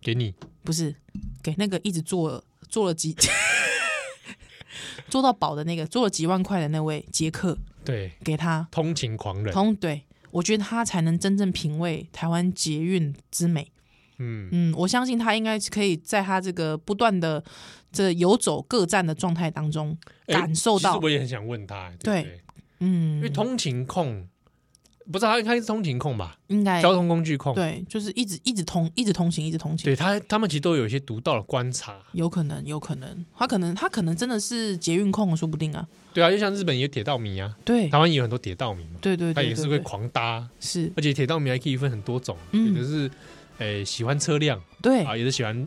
Speaker 1: 给你
Speaker 2: 不是给那个一直做做了几 做到饱的那个，做了几万块的那位杰克，
Speaker 1: 对
Speaker 2: 给他
Speaker 1: 通勤狂人，
Speaker 2: 同对。我觉得他才能真正品味台湾捷运之美。
Speaker 1: 嗯，
Speaker 2: 嗯，我相信他应该是可以在他这个不断的这游走各站的状态当中，
Speaker 1: 诶
Speaker 2: 感受
Speaker 1: 其
Speaker 2: 到
Speaker 1: 实我也很想问他，对不
Speaker 2: 对
Speaker 1: 对
Speaker 2: 嗯，
Speaker 1: 因为通勤控不知道他应该是通勤控吧，
Speaker 2: 应该
Speaker 1: 交通工具控，
Speaker 2: 哎对，就是一直一直通，一直通行，一直通行。
Speaker 1: 对他他们其实都有一些独到的观察，
Speaker 2: 有可能，有可能，他可能他可能真的是捷运控，说不定啊。
Speaker 1: 对啊，就像日本也有铁道迷啊，
Speaker 2: 对，
Speaker 1: 台湾也有很多铁道迷嘛，
Speaker 2: 对对
Speaker 1: 他
Speaker 2: 对，
Speaker 1: 也是
Speaker 2: 对
Speaker 1: 会
Speaker 2: 对
Speaker 1: 狂搭。
Speaker 2: 是，
Speaker 1: 而且铁道迷还可以分很多种，
Speaker 2: 嗯
Speaker 1: 有的是诶、呃喜欢车辆
Speaker 2: 对，
Speaker 1: 啊，有的喜欢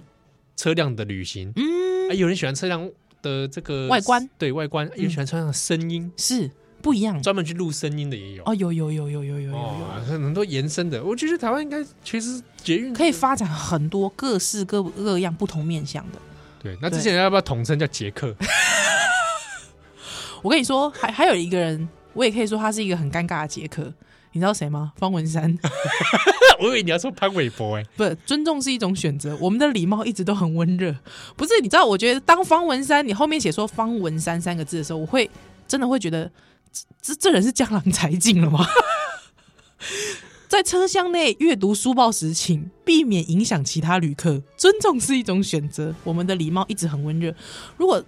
Speaker 1: 车辆的旅行，
Speaker 2: 嗯，
Speaker 1: 啊，有人喜欢车辆的这个
Speaker 2: 外观，嗯
Speaker 1: 对外观，有人喜欢车辆的声音，
Speaker 2: 是不一样。
Speaker 1: 专门去录声音的也有，
Speaker 2: 哦，有有有有有有有有，
Speaker 1: 哦，很很多延伸的。我觉得台湾应该其实捷运
Speaker 2: 可以发展很多各式各各样不同面向的。
Speaker 1: 对。那
Speaker 2: 对
Speaker 1: 之前要不要统称叫捷克？
Speaker 2: 我跟你说，还还有一个人，我也可以说他是一个很尴尬的杰克，你知道谁吗？方文山。
Speaker 1: 我以为你要说潘玮柏哎、
Speaker 2: 不，尊重是一种选择。我们的礼貌一直都很温热，不是？你知道，我觉得当方文山你后面写说方文山三个字的时候，我会真的会觉得这这这人是江郎才尽了吗？ 在车厢内阅读书报时，请避免影响其他旅客。尊重是一种选择，我们的礼貌一直很温热。如果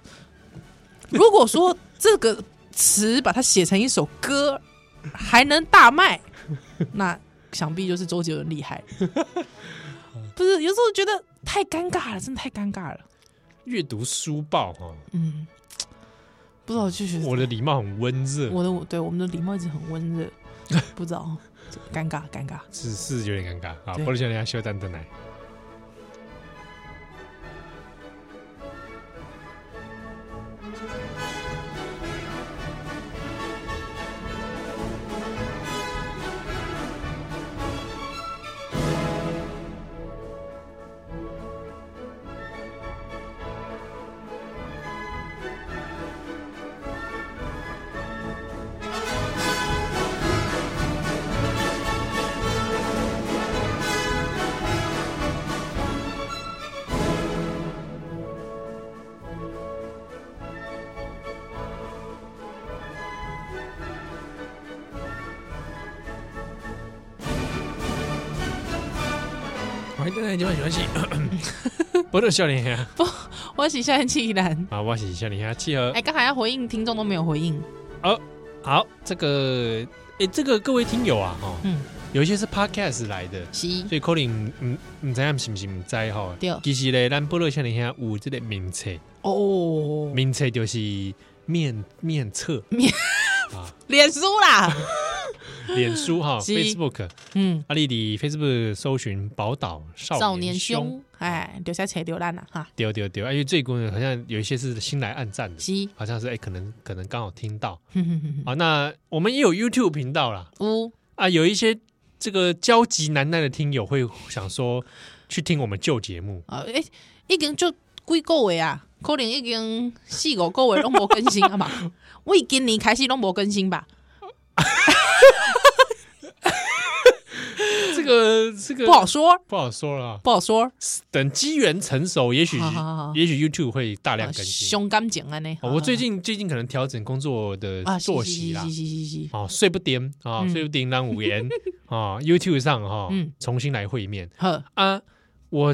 Speaker 2: 如果说这个词把它写成一首歌，还能大卖，那想必就是周杰伦厉害。不是，有时候觉得太尴尬了，真的太尴尬了。
Speaker 1: 阅读书报哈，
Speaker 2: 嗯，不知道就觉得
Speaker 1: 我的礼貌很温热，
Speaker 2: 我的我对我们的礼貌一直很温 热，不知道这尴尬尴尬。
Speaker 1: 只是有点尴尬啊。
Speaker 2: 对
Speaker 1: 波多小姐修蛋蛋奶，欢迎蛋蛋今晚喜欢 戏，波多小姐啊，
Speaker 2: 我是夏天气兰。
Speaker 1: 啊，我是小姐啊，契合
Speaker 2: 哎，刚才要回应听众都没有回应，
Speaker 1: 好，这个哎、这个各位听友啊，哈、
Speaker 2: 嗯
Speaker 1: 有一些是 podcast 来的，
Speaker 2: 是
Speaker 1: 所以可能嗯嗯，知影是不是唔知哈？
Speaker 2: 对
Speaker 1: 其实咧，咱波罗少年兄有这个名册，
Speaker 2: 哦，
Speaker 1: 名册就是面面册，
Speaker 2: 面
Speaker 1: 啊，
Speaker 2: 脸书啦，
Speaker 1: 脸书哈
Speaker 2: 是
Speaker 1: ，Facebook，
Speaker 2: 嗯，
Speaker 1: 阿丽的 Facebook 搜寻宝岛少
Speaker 2: 少
Speaker 1: 年
Speaker 2: 年
Speaker 1: 凶，
Speaker 2: 凶，哎，留下扯流烂了哈，
Speaker 1: 丢丢丢，哎因为最近好像有一些是新来暗赞的，
Speaker 2: 是，
Speaker 1: 好像是哎、可能可能刚好听到
Speaker 2: 哼哼哼
Speaker 1: 啊。那我们也有 YouTube 频道啦，
Speaker 2: 哼呜，
Speaker 1: 啊，有一些这个焦急难耐的听友会想说去听我们旧节目，
Speaker 2: 啊，哎，已经就几个月啊，可能已经四五个月拢无更新啊 嘛，为今年开始拢无更新吧，
Speaker 1: 这个这个
Speaker 2: 不好说，
Speaker 1: 不好说了啊。
Speaker 2: 不好说，
Speaker 1: 等机缘成熟，也许
Speaker 2: 好好好
Speaker 1: 也许 YouTube 会大量
Speaker 2: 啊
Speaker 1: 更新。
Speaker 2: 胸感情安啊呢，
Speaker 1: 哦我最近最近可能调整工作的
Speaker 2: 啊
Speaker 1: 作息啦
Speaker 2: 是，是是是是，
Speaker 1: 哦，睡不点啊，
Speaker 2: 嗯
Speaker 1: 睡不点让五 言啊，YouTube 上哈
Speaker 2: 嗯，
Speaker 1: 重新来会面
Speaker 2: 呵，
Speaker 1: 啊。我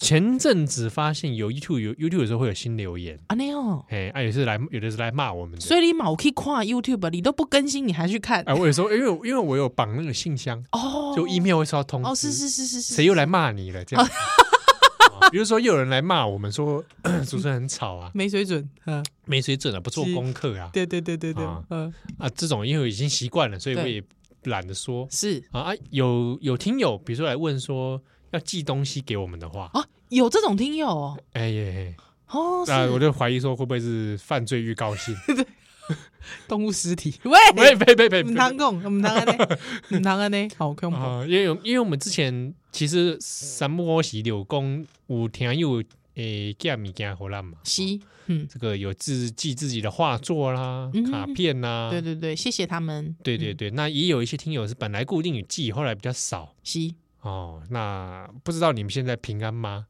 Speaker 1: 前阵子发现有 YouTube 有 YouTube 有时候会有新留言，
Speaker 2: 安尼哦。
Speaker 1: 哎，啊，有些是来有的是来骂我们的，
Speaker 2: 所以你嘛有去看 YouTube，你都不更新，你还去看
Speaker 1: 哎，我有时候因为因为我有绑那个信箱，
Speaker 2: 哦？
Speaker 1: 就 email 会收到通知，
Speaker 2: 哦，是是是是是，哦
Speaker 1: 谁又来骂你了？这样，啊 比如说又有人来骂我们说 主持人很吵啊，
Speaker 2: 没水准？嗯，
Speaker 1: 没水准啊，不做功课啊，
Speaker 2: 对对对对对
Speaker 1: 啊，
Speaker 2: 嗯，
Speaker 1: 啊，这种因为我已经习惯了，所以我
Speaker 2: 对
Speaker 1: 也懒得说
Speaker 2: 是
Speaker 1: 啊。啊有有听友，比如说来问说要寄东西给我们的话，
Speaker 2: 啊，有这种听友哦，
Speaker 1: 哎耶，
Speaker 2: 哦，
Speaker 1: 那啊我
Speaker 2: 是
Speaker 1: 就怀疑说会不会是犯罪预告信？
Speaker 2: 动物尸 体，喂，
Speaker 1: 呸呸呸呸呸！
Speaker 2: 唔通讲，唔通安 尼，唔通安尼，好恐怖，
Speaker 1: 啊，因为因为我们之前其实三摩喜柳公有听友诶寄物件回来嘛，
Speaker 2: 是，嗯，
Speaker 1: 这个有自寄自己的画作啦、
Speaker 2: 嗯
Speaker 1: 卡片啦，
Speaker 2: 对对对，谢谢他们，
Speaker 1: 啊对对
Speaker 2: 嗯，
Speaker 1: 对那也有一些听友是本来固定有寄，后来比较少
Speaker 2: 是，
Speaker 1: 哦。那不知道你们现在平安 吗？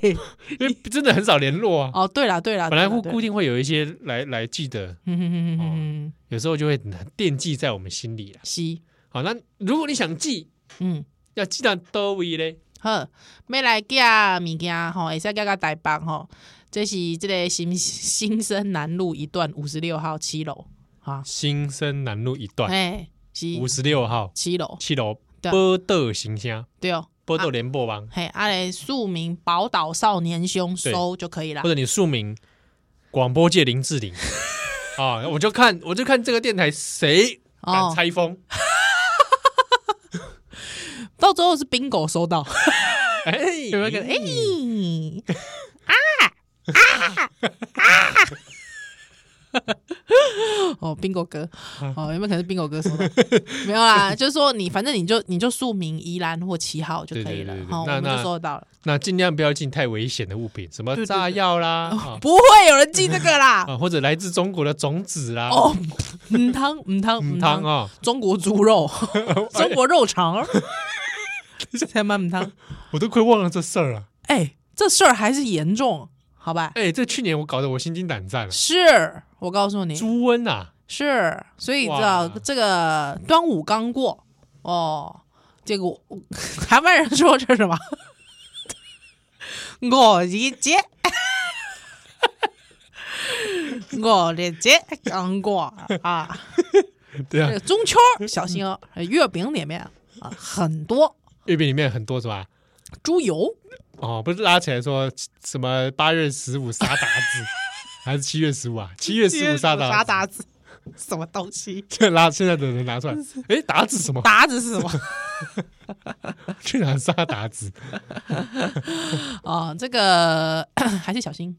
Speaker 2: 喂，
Speaker 1: 因为真的很少联络啊。
Speaker 2: 哦，对啦对啦，
Speaker 1: 本来
Speaker 2: 对
Speaker 1: 固
Speaker 2: 啦对啦
Speaker 1: 固定会有一些来来寄的，
Speaker 2: 嗯哼哼哼
Speaker 1: 哦
Speaker 2: 哼哼，
Speaker 1: 有时候就会惦记在我们心里啊。
Speaker 2: 是，
Speaker 1: 好，那如果你想寄，
Speaker 2: 嗯。
Speaker 1: 要寄到多位嘞？
Speaker 2: 好，要来寄物件吼，会使寄到台北吼，这是这个新新生南路一段五十六号七楼哈，
Speaker 1: 新生南路一段
Speaker 2: 哎，是
Speaker 1: 五十六号
Speaker 2: 七楼
Speaker 1: 七楼
Speaker 2: 对啊
Speaker 1: 波豆行乡
Speaker 2: 对哦，
Speaker 1: 波豆联播网，
Speaker 2: 嘿，啊嘞，署名宝岛少年凶
Speaker 1: 对
Speaker 2: 收就可以了
Speaker 1: 或，者你署名广播界林 志玲啊，我就看我就看这个电台谁敢
Speaker 2: 哦，
Speaker 1: 拆 封。
Speaker 2: 到最后是 bingo 收到，
Speaker 1: 哎，
Speaker 2: 有没有可能？哎、啊啊啊！ 哦，bingo 哥，哦，有没有可能是 bingo 哥说的？没有啦，就是说你反正你就你就署名宜兰或旗号就可以了
Speaker 1: 对对
Speaker 2: 哦
Speaker 1: 对，对
Speaker 2: 好，我
Speaker 1: 那
Speaker 2: 们就
Speaker 1: 那
Speaker 2: 收得到了。
Speaker 1: 那尽量不要进太危险的物品，什么
Speaker 2: 对对对哦
Speaker 1: 炸药啦啊
Speaker 2: 不会有人记这 个啦。
Speaker 1: 啊，或者来自中国的种子啦，
Speaker 2: 哦，嗯汤嗯汤
Speaker 1: 母
Speaker 2: 嗯
Speaker 1: 汤
Speaker 2: 汤，
Speaker 1: 啊，
Speaker 2: 中国猪 肉，
Speaker 1: 哦哎
Speaker 2: 中国肉肠儿，才满嗯汤。
Speaker 1: 我都快忘了这事儿了。
Speaker 2: 哎，这事儿还是严重，好吧？
Speaker 1: 哎，这去年我搞得我心惊胆战了。
Speaker 2: 是我告诉你，
Speaker 1: 猪瘟啊，
Speaker 2: 是，所以
Speaker 1: 哇
Speaker 2: 这这个端午刚过哦，这个我台湾人说这是什么？我一节，我的姐讲过啊，
Speaker 1: 对啊
Speaker 2: 这，个中秋儿小心哦，月饼里面啊很多
Speaker 1: 月饼里面很多是吧？
Speaker 2: 猪油，
Speaker 1: 哦，不是拉起来说什么八月十五杀鞑 子，还是七月十五啊？七月十五杀鞑，
Speaker 2: 啥达子，什么东西？
Speaker 1: 这拉现在的人拿出 来，哎，鞑子什么？
Speaker 2: 达子是什么
Speaker 1: 去哪杀鞑子？
Speaker 2: 啊？这个 还是小心，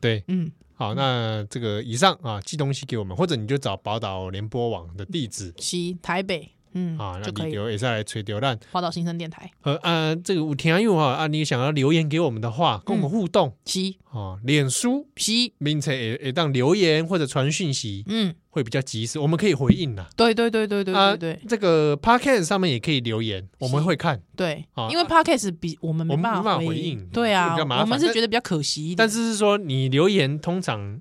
Speaker 1: 对，
Speaker 2: 嗯，
Speaker 1: 好，那这个以上啊，寄东西给我们，或者你就找宝岛联播网的地址
Speaker 2: 西台北，嗯
Speaker 1: 啊，那
Speaker 2: 就可
Speaker 1: 你
Speaker 2: 以
Speaker 1: 留也是来垂丢烂。
Speaker 2: 花到新生电台
Speaker 1: 呃啊，这个五天佑啊，啊，你想要留言给我们的话，跟我们互动
Speaker 2: 西
Speaker 1: 啊，脸书
Speaker 2: 西，
Speaker 1: 名册也也当留言或者传讯息
Speaker 2: 嗯，呃
Speaker 1: 会比较及时，我们可以回应啦。
Speaker 2: 对对对对对
Speaker 1: 啊
Speaker 2: 对对
Speaker 1: 这个 podcast 上面也可以留言，我们会看，
Speaker 2: 对
Speaker 1: 啊，
Speaker 2: 因为 podcast 比哦我们没
Speaker 1: 我们
Speaker 2: 办
Speaker 1: 没办法
Speaker 2: 法
Speaker 1: 回应
Speaker 2: 应，对啊，
Speaker 1: 比较麻烦
Speaker 2: 我们是觉得比较可惜一点，
Speaker 1: 但是是说你留言通常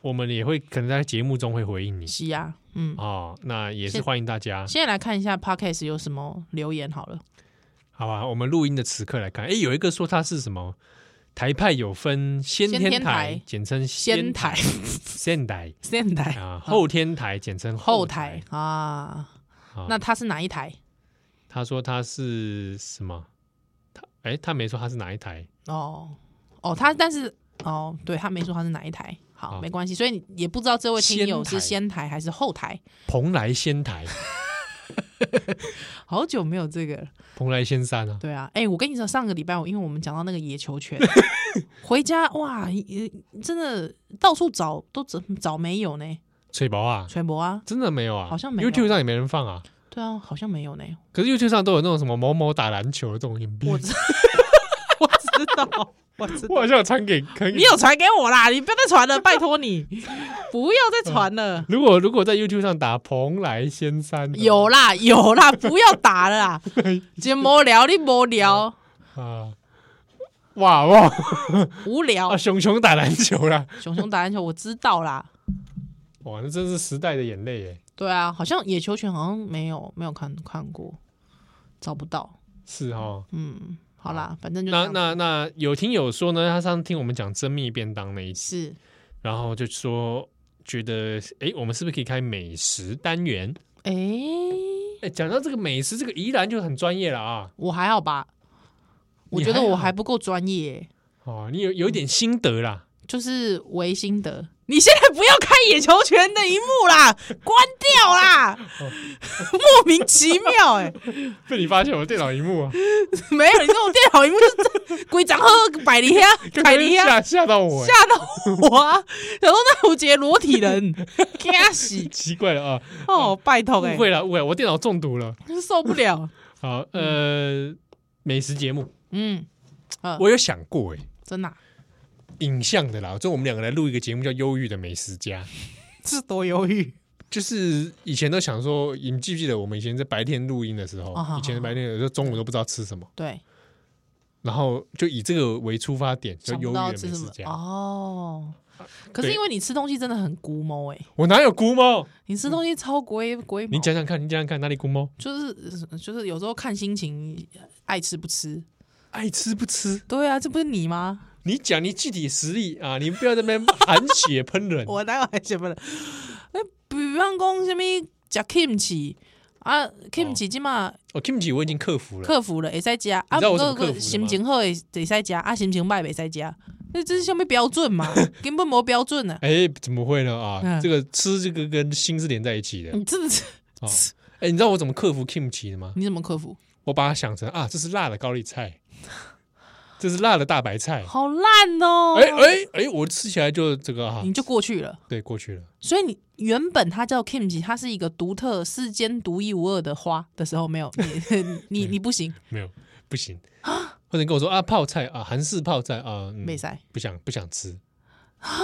Speaker 1: 我们也会可能在节目中会回应你
Speaker 2: 西啊，嗯，
Speaker 1: 哦，那也是
Speaker 2: 是
Speaker 1: 欢迎大家，
Speaker 2: 现在来看一下 podcast 有什么留言好了，
Speaker 1: 好吧？我们录音的时刻来看，哎，有一个说他是什么台派有分先
Speaker 2: 先
Speaker 1: 天
Speaker 2: 天
Speaker 1: 台
Speaker 2: 台，
Speaker 1: 简称
Speaker 2: 仙台
Speaker 1: 仙 台
Speaker 2: 仙台
Speaker 1: 啊，后天台简称
Speaker 2: 后
Speaker 1: 台
Speaker 2: 台。啊
Speaker 1: 好，
Speaker 2: 那他是哪一台？
Speaker 1: 他说他是什么？他哎，他没说他是哪一台，
Speaker 2: 哦哦，他但是哦，对他没说他是哪一台，
Speaker 1: 好
Speaker 2: 好，没关系，所以你也不知道这位听友是
Speaker 1: 仙
Speaker 2: 先哦台还是后台，
Speaker 1: 蓬莱仙台，
Speaker 2: 好久没有这个了，
Speaker 1: 蓬莱仙山啊，
Speaker 2: 对啊，哎，我跟你说，上个礼拜我因为我们讲到那个野球 拳，回家哇，呃真的到处找都找找没有呢，
Speaker 1: 翠宝啊，
Speaker 2: 全博啊，
Speaker 1: 真的没有啊，
Speaker 2: 好像没有
Speaker 1: YouTube 上也没人放啊。
Speaker 2: 对啊，好像没有呢，
Speaker 1: 可是 YouTube 上都有那种什么某某打篮球的这种影片，我
Speaker 2: 我 知我知道，我知道。
Speaker 1: 好像有传给可以。
Speaker 2: 你有传给我啦！你不要再传了，拜托你，不要再传了。
Speaker 1: 如果如果在 YouTube 上打蓬莱仙山的
Speaker 2: 有啦有啦，不要打了 啦！节无聊，你无聊，
Speaker 1: 啊，哇哇
Speaker 2: 无聊
Speaker 1: 啊，。熊熊打篮球啦，
Speaker 2: 熊熊打篮球，我知道啦。
Speaker 1: 哇，那真是时代的眼泪耶。
Speaker 2: 对啊，好像野球拳好像没有没有看看过，找不到。
Speaker 1: 是哦，
Speaker 2: 嗯，好啦，反正就
Speaker 1: 那
Speaker 2: 这样
Speaker 1: 那那有听友说呢，他上次听我们讲珍蜜便当那一集，
Speaker 2: 是
Speaker 1: 然后就说觉得，哎，我们是不是可以开美食单元？
Speaker 2: 哎、
Speaker 1: 哎，讲到这个美食，这个宜兰就很专业了啊。
Speaker 2: 我还好吧？我
Speaker 1: 你
Speaker 2: 觉得
Speaker 1: 还
Speaker 2: 我
Speaker 1: 好
Speaker 2: 还不够专业、
Speaker 1: 哦，你有有一点心得啦，
Speaker 2: 就是维新德。你现在不要看野球拳的一幕 啦，关掉啦！
Speaker 1: 哦
Speaker 2: 莫名其妙哎、
Speaker 1: 被你发现我电脑荧 幕啊，
Speaker 2: 没有，你这种电脑荧 幕就是鬼长喝摆你呀，摆你呀，
Speaker 1: 吓吓到我耶，
Speaker 2: 啊
Speaker 1: 欸
Speaker 2: 吓到我啊！想说那我杰裸 体人，吓死
Speaker 1: 奇怪了啊，
Speaker 2: 哦！拜托哎、
Speaker 1: 误会了误会了，我电脑中毒了。
Speaker 2: 受不了。
Speaker 1: 好，呃，美食节目
Speaker 2: 嗯，
Speaker 1: 我有想过哎，
Speaker 2: 真的啊、
Speaker 1: 影像的啦，就我们两个来录一个节目叫《忧郁的美食家》。
Speaker 2: 是多忧郁
Speaker 1: 就是以前都想说，你们记不记得我们以前在白天录音的时候
Speaker 2: 哦好，好
Speaker 1: 以前白天有时候中午都不知道吃什么，
Speaker 2: 对，
Speaker 1: 然后就以这个为出发点，叫
Speaker 2: 想
Speaker 1: 《忧
Speaker 2: 不
Speaker 1: 郁
Speaker 2: 到
Speaker 1: 的
Speaker 2: 吃
Speaker 1: 美
Speaker 2: 什
Speaker 1: 食
Speaker 2: 么
Speaker 1: 家》。
Speaker 2: 哦。可是
Speaker 1: 对
Speaker 2: 因为你吃东西真的很估摸哎、
Speaker 1: 我哪有估猫？
Speaker 2: 你吃东西超龟龟毛
Speaker 1: 你。讲讲看，你讲讲看，哪里估猫？
Speaker 2: 就是就是有时候看心情，爱吃不吃。
Speaker 1: 爱吃不吃？
Speaker 2: 对啊，这不是你吗？。
Speaker 1: 你讲你具体实力啊！你不要在那边含血喷人
Speaker 2: 我哪有爱吃不了？那比方讲什么食 kimchi 啊，kimchi 即嘛
Speaker 1: 哦，Kimchi 我已经克服了，
Speaker 2: 克服了，会使食啊，
Speaker 1: 你知道我怎么
Speaker 2: 不
Speaker 1: 克
Speaker 2: 过
Speaker 1: 服的吗
Speaker 2: 心情好会会使食啊，心情歹袂使食。那这是什么标准 嘛？根本没标准啊！
Speaker 1: 哎，怎么会呢？啊，
Speaker 2: 嗯
Speaker 1: 这个吃这个跟心是连在一起的
Speaker 2: 你真的是
Speaker 1: 啊。哎，你知道我怎么克服 Kimchi 的吗？
Speaker 2: 你怎么克服？
Speaker 1: 我把它想成啊，这是辣的高丽 菜，这是辣的大白菜。
Speaker 2: 好烂哦！
Speaker 1: 嗯哎哎哎，我吃起来就这个啊
Speaker 2: 你，就过去了。
Speaker 1: 对，过去了。
Speaker 2: 所以你原本它叫 kimchi，它是一个独特、世间独一无二的花的时候，没有你 你
Speaker 1: 嗯
Speaker 2: 你不行，
Speaker 1: 没有，不 行。或者你跟我说啊，泡菜啊，韩式泡菜啊，嗯
Speaker 2: 没啊塞。
Speaker 1: 不想不想吃。哎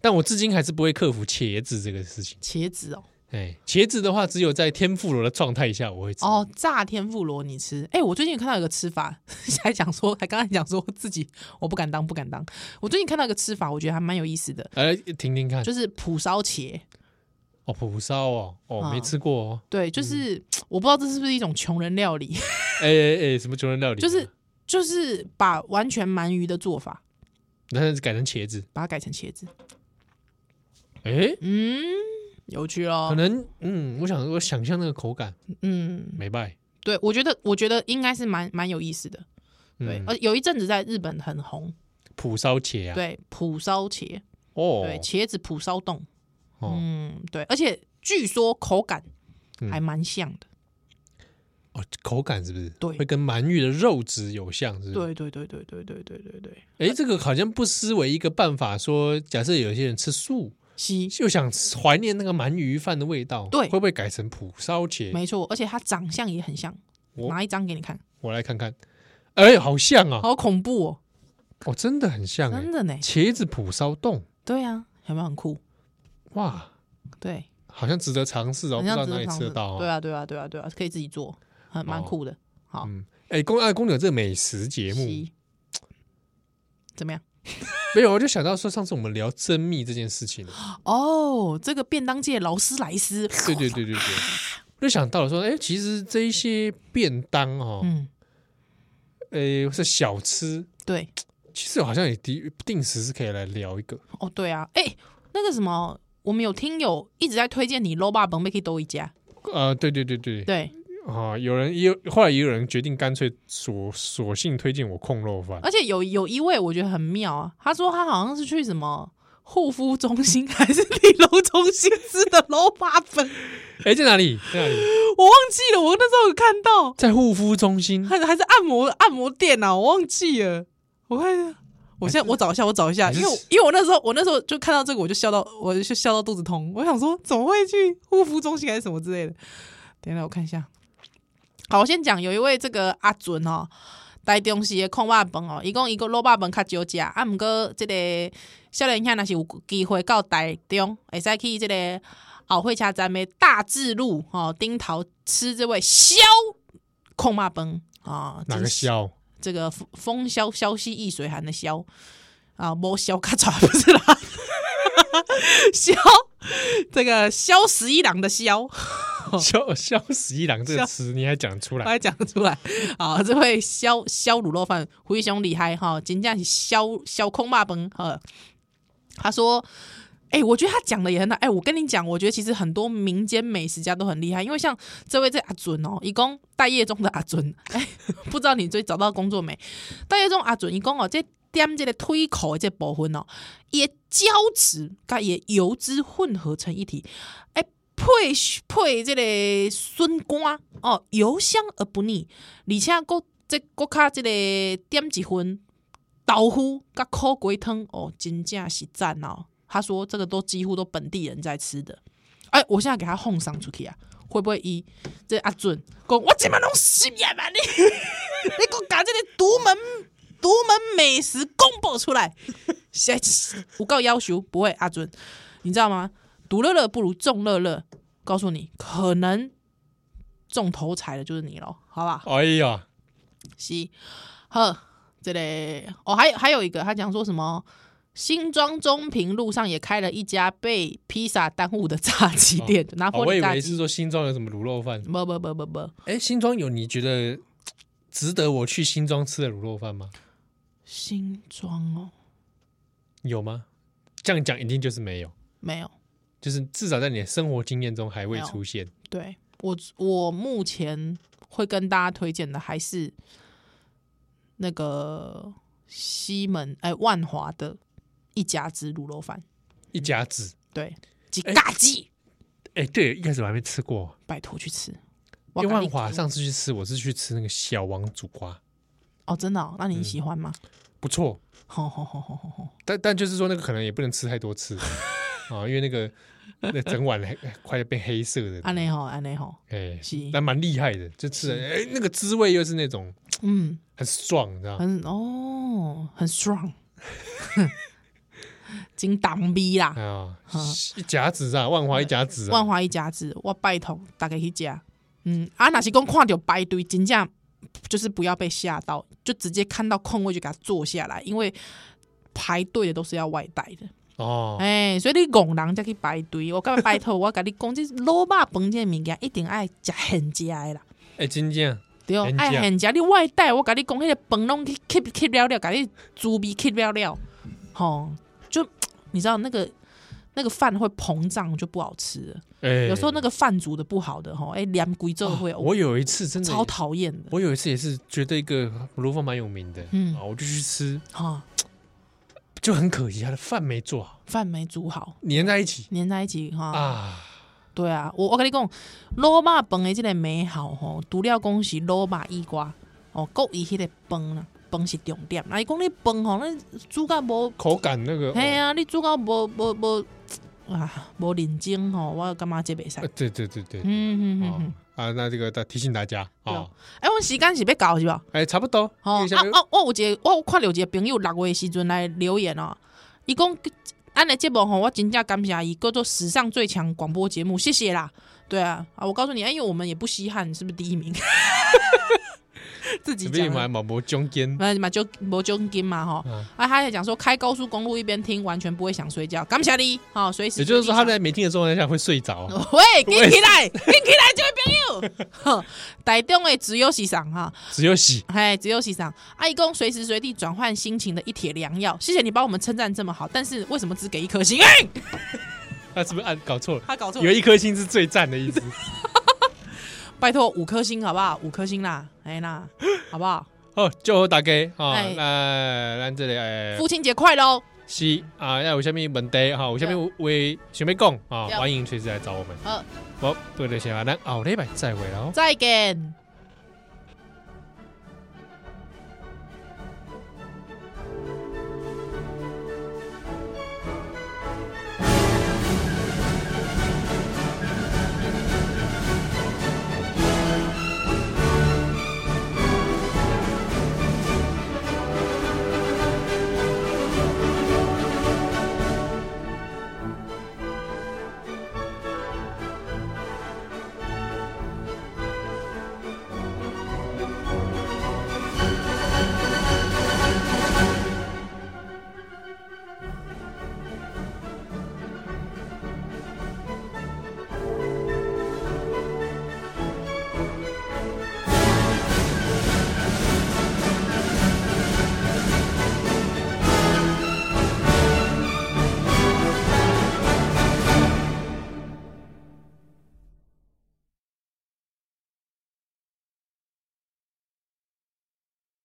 Speaker 1: 但我至今还是不会克服茄子这个事情。
Speaker 2: 茄子哦，
Speaker 1: 哎，茄子的话，只有在天妇罗的状态下我会吃。
Speaker 2: 哦，炸天妇罗你吃？哎、我最近有看到有个吃法， 还讲说，还刚才讲说自己我不敢当，不敢当。我最近看到一个吃法，我觉得还蛮有意思的，
Speaker 1: 哎，听听看，
Speaker 2: 就是蒲烧茄。
Speaker 1: 哦，蒲烧哦，哦，没
Speaker 2: 啊
Speaker 1: 吃过哦。
Speaker 2: 对，就是、我不知道这是不是一种穷人料理，
Speaker 1: 哎哎哎，什么穷人料理？
Speaker 2: 就是就是把完全鳗鱼的做法，
Speaker 1: 那改成茄子，
Speaker 2: 把它改成茄子。
Speaker 1: 哎，
Speaker 2: 嗯，有趣
Speaker 1: 可
Speaker 2: 哦。
Speaker 1: 能嗯，我想我想象那个口感，
Speaker 2: 嗯，
Speaker 1: 没败。
Speaker 2: 对，我觉得我觉得应该是蛮蛮有意思的。对，
Speaker 1: 嗯
Speaker 2: 而有一阵子在日本很红，
Speaker 1: 蒲烧茄啊，
Speaker 2: 对，蒲烧茄，
Speaker 1: 哦，
Speaker 2: 对，茄子蒲烧冻，
Speaker 1: 哦嗯
Speaker 2: 嗯，对，而且据说口感还蛮像的。
Speaker 1: 哦，口感是不是？
Speaker 2: 对
Speaker 1: 会跟鳗鱼的肉质有像，是不是？
Speaker 2: 对对对对对对对对对，
Speaker 1: 哎，这个好像不失为一个办法。说，假设有些人吃素，
Speaker 2: 西
Speaker 1: 就想吃怀念那个鳗鱼饭的味道，
Speaker 2: 对
Speaker 1: 会不会改成蒲烧茄？
Speaker 2: 没错，而且它长相也很像，
Speaker 1: 哦
Speaker 2: 拿一张给你看，
Speaker 1: 我来看看，哎，好像啊，
Speaker 2: 好恐怖哦，
Speaker 1: 哦，真的很像哎
Speaker 2: 真，的呢。
Speaker 1: 茄子蒲烧冻，
Speaker 2: 对啊，有没有很酷？
Speaker 1: 哇，
Speaker 2: 对，
Speaker 1: 好像值得尝试哦，
Speaker 2: 很
Speaker 1: 不知
Speaker 2: 像
Speaker 1: 道
Speaker 2: 只
Speaker 1: 哪
Speaker 2: 是
Speaker 1: 里
Speaker 2: 尝
Speaker 1: 吃
Speaker 2: 试
Speaker 1: 得到、哦。
Speaker 2: 对啊，对啊，对啊，对啊，可以自己做，很蛮
Speaker 1: 哦
Speaker 2: 酷的。好，
Speaker 1: 嗯，哎、公爱公牛这个美食节目
Speaker 2: 西怎么样？
Speaker 1: 没有，我就想到说上次我们聊珍蜜这件事 情，
Speaker 2: 哦，这个便当界劳斯莱斯，
Speaker 1: 对对对对对，我就想到了说，哎、其实这一些便当哦，
Speaker 2: 嗯，
Speaker 1: 哎、是小吃，
Speaker 2: 对，
Speaker 1: 其实好像也的定时是可以来聊一个
Speaker 2: 哦，对啊，哎、那个什么，我们有听友一直在推荐你 Loba b a k 都一家，
Speaker 1: 啊、对对对对
Speaker 2: 对，
Speaker 1: 啊、有人也有后来也有人决定干脆索索性推荐我控肉饭，
Speaker 2: 而且有有一位我觉得很妙啊，他说他好像是去什么护肤中心 还是理容中心吃的 Loba 粉，
Speaker 1: 哎、在哪里？在哪 里？
Speaker 2: 我忘记了，我那时候有看到，
Speaker 1: 在护肤中 心，
Speaker 2: 还还是按摩按摩店啊，我忘记了，我看一下。我现在我找一下，我找一下，
Speaker 1: 还是
Speaker 2: 因为我因为我那时候我那时候就看到这个，我就笑到我就笑到肚子痛。我想说，怎么会去护肤中心还是什么之类的？等一下我看一下。好，我先讲，有一位这个阿尊哦，台中市的控肉饭哦，伊讲伊个卤肉饭较少食，啊，毋过即个少年兄若是有机会到台中，会使去即个后火车站的大智路哦，顶头吃这位萧控肉饭啊，
Speaker 1: 哪
Speaker 2: 真
Speaker 1: 个
Speaker 2: 是
Speaker 1: 消？
Speaker 2: 这个风风萧萧兮易水寒的萧啊，摸萧咔嚓不是啦， 萧这个萧十一郎的萧，哦
Speaker 1: 萧萧十一郎这个词你还讲得出
Speaker 2: 我
Speaker 1: 来？
Speaker 2: 还讲得出来啊，这位萧萧卤肉饭非常厉害哈，真正是萧萧空霸崩哈，他说。哎、我觉得他讲的也很好。哎、我跟你讲，我觉得其实很多民间美食家都很厉害，因为像这位这阿准哦，一共待业中的阿准， 哎、不知道你最找到工作没？待业中阿准一共哦，这点这个推口的这部分哦，也胶质跟也油脂混合成一体，哎、配配这个笋干哦，油香而不腻，而且佫这佫较这个点一份豆腐甲苦瓜汤哦，真正是赞哦。他说这个都几乎都本地人在吃的，哎、我现在给他哄上出去啊，会不会伊这阿准讲我怎么拢失业啊你？ 你给我把这个独门独门美食公布出来，谁我告要求不会阿准，你知道吗？独乐乐不如众乐乐，告诉你，可能中头彩的就是你咯，好吧？
Speaker 1: 哎呀，
Speaker 2: 是，呵，这类哦，还有还有一个，他讲说什么？新庄中平路上也开了一家被披萨耽误的炸鸡店，拿
Speaker 1: 哦
Speaker 2: 破
Speaker 1: 我
Speaker 2: 仑
Speaker 1: 以
Speaker 2: 炸
Speaker 1: 为是
Speaker 2: 鸡。
Speaker 1: 说新庄有什么卤肉饭。
Speaker 2: 不不不不不，
Speaker 1: 哎，新庄有你觉得值得我去新庄吃的卤肉饭吗？
Speaker 2: 新庄哦，
Speaker 1: 有吗？这样讲一定就是没有，
Speaker 2: 没有。
Speaker 1: 就是至少在你的生活经验中还未出现。
Speaker 2: 对我，我目前会跟大家推荐的还是那个西门哎、万华的一家子卤肉饭，
Speaker 1: 一家子，
Speaker 2: 对，几嘎鸡，
Speaker 1: 哎，对，一开始我还没吃过，
Speaker 2: 拜托去吃。
Speaker 1: 因为
Speaker 2: 跟你
Speaker 1: 万华
Speaker 2: 讲
Speaker 1: 上次去吃，我是去吃那个小王煮瓜，
Speaker 2: 哦，真的、哦，那
Speaker 1: 嗯
Speaker 2: 你喜欢吗？
Speaker 1: 不错，
Speaker 2: 吼吼吼吼吼吼！
Speaker 1: 但但就是说那个可能也不能吃太多 次啊，因为那个那整碗还快要变黑色的，
Speaker 2: 安内吼，安内吼，
Speaker 1: 哎
Speaker 2: 啊是，
Speaker 1: 那蛮厉害的，就吃了，哎，那个滋味又是那种
Speaker 2: 嗯，
Speaker 1: 很爽，你知道吗？
Speaker 2: 很哦，很 strong，真当 逼啦！
Speaker 1: 啊，一甲子啊，万华一甲子啊，
Speaker 2: 嗯万华一家子，我拜托大家去吃。嗯，啊，若是讲看到排队，真正就是不要被吓到，就直接看到空位就给他坐下来，因为排队的都是要外带的。
Speaker 1: 哦，
Speaker 2: 哎、所以你戆人才去排队，我甲拜托，我甲你讲，这卤肉饭这物件一定爱食现食的啦。
Speaker 1: 哎，真正
Speaker 2: 对，哦
Speaker 1: 现
Speaker 2: 爱
Speaker 1: 食
Speaker 2: 现食，你外带，我甲你讲，迄、个饭拢去吸吸了了，甲你猪鼻吸了了，吼，就你知道那个那个饭会膨胀，就不好吃了。
Speaker 1: 哎
Speaker 2: 有时候那个饭煮的不好的吼，哎，连规则会、
Speaker 1: 啊我有一次真的
Speaker 2: 超讨厌的
Speaker 1: 我有一次也是觉得一个卤肉饭蛮有名的，嗯
Speaker 2: 嗯
Speaker 1: 啊，我就去吃，
Speaker 2: 哈，
Speaker 1: 就很可惜他的饭没做好，
Speaker 2: 饭没煮好，
Speaker 1: 粘在一起
Speaker 2: 粘在一起哈。
Speaker 1: 啊，
Speaker 2: 对啊，我我跟你讲，罗马饭的这个美好吼，除了讲是罗马以外，哦，国语迄个饭啦，饭是重点。啊，伊讲你饭吼，你煮甲无，
Speaker 1: 口感那个，
Speaker 2: 嘿
Speaker 1: 哦
Speaker 2: 啊，你煮甲无无无啊，无认真吼，我感觉这袂使
Speaker 1: 呃。对对对对，
Speaker 2: 嗯嗯嗯
Speaker 1: 哦
Speaker 2: 嗯，
Speaker 1: 啊，那这个再提醒大家
Speaker 2: 对
Speaker 1: 啊，
Speaker 2: 哎，阮时间是要到是吧？
Speaker 1: 哎，差不多，
Speaker 2: 哦
Speaker 1: 因为下
Speaker 2: 啊
Speaker 1: 面
Speaker 2: 啊！我有一个，我有看到有一个朋友六月的时阵来留言哦，伊讲咱的节目吼，我真正感谢伊，叫做史上最强广播节目，谢谢啦。对啊，啊，我告诉你，哎因为我们也不稀罕，你是不是第一名？ 自己
Speaker 1: 这边
Speaker 2: 讲
Speaker 1: 买
Speaker 2: 的，
Speaker 1: 毛毛中间，
Speaker 2: 反正嘛就无奖金嘛吼。
Speaker 1: 嗯
Speaker 2: 啊，他也讲说开高速公路一边听，完全不会想睡觉，感谢你，好、随时。
Speaker 1: 也就是说他。在没听的状态下会睡着，哦
Speaker 2: 喂，跟起 来，跟起来，这位朋友， 哼台中的只有是上哈，
Speaker 1: 只有洗，
Speaker 2: 嗨，只有喜赏，阿姨啊公随时随地转换心情的一帖良药。谢谢你帮我们称赞这么好，但是为什么只给一 颗星？哎
Speaker 1: 他是不是按搞错了？
Speaker 2: 他搞错
Speaker 1: 有，一颗星是最赞的意思，
Speaker 2: 拜托五颗星好不好？五颗星啦，哎啦，好不好？
Speaker 1: 哦，就好大家啊
Speaker 2: 哎，
Speaker 1: 那咱这里哎
Speaker 2: 父亲节快乐！哦
Speaker 1: 是啊，那有下面问题哈，有下面有为想要讲啊，
Speaker 2: 对
Speaker 1: 欢迎随时来找我们。
Speaker 2: 好，
Speaker 1: 好，对了，谢谢，咱后礼拜再会了哦。
Speaker 2: 再见。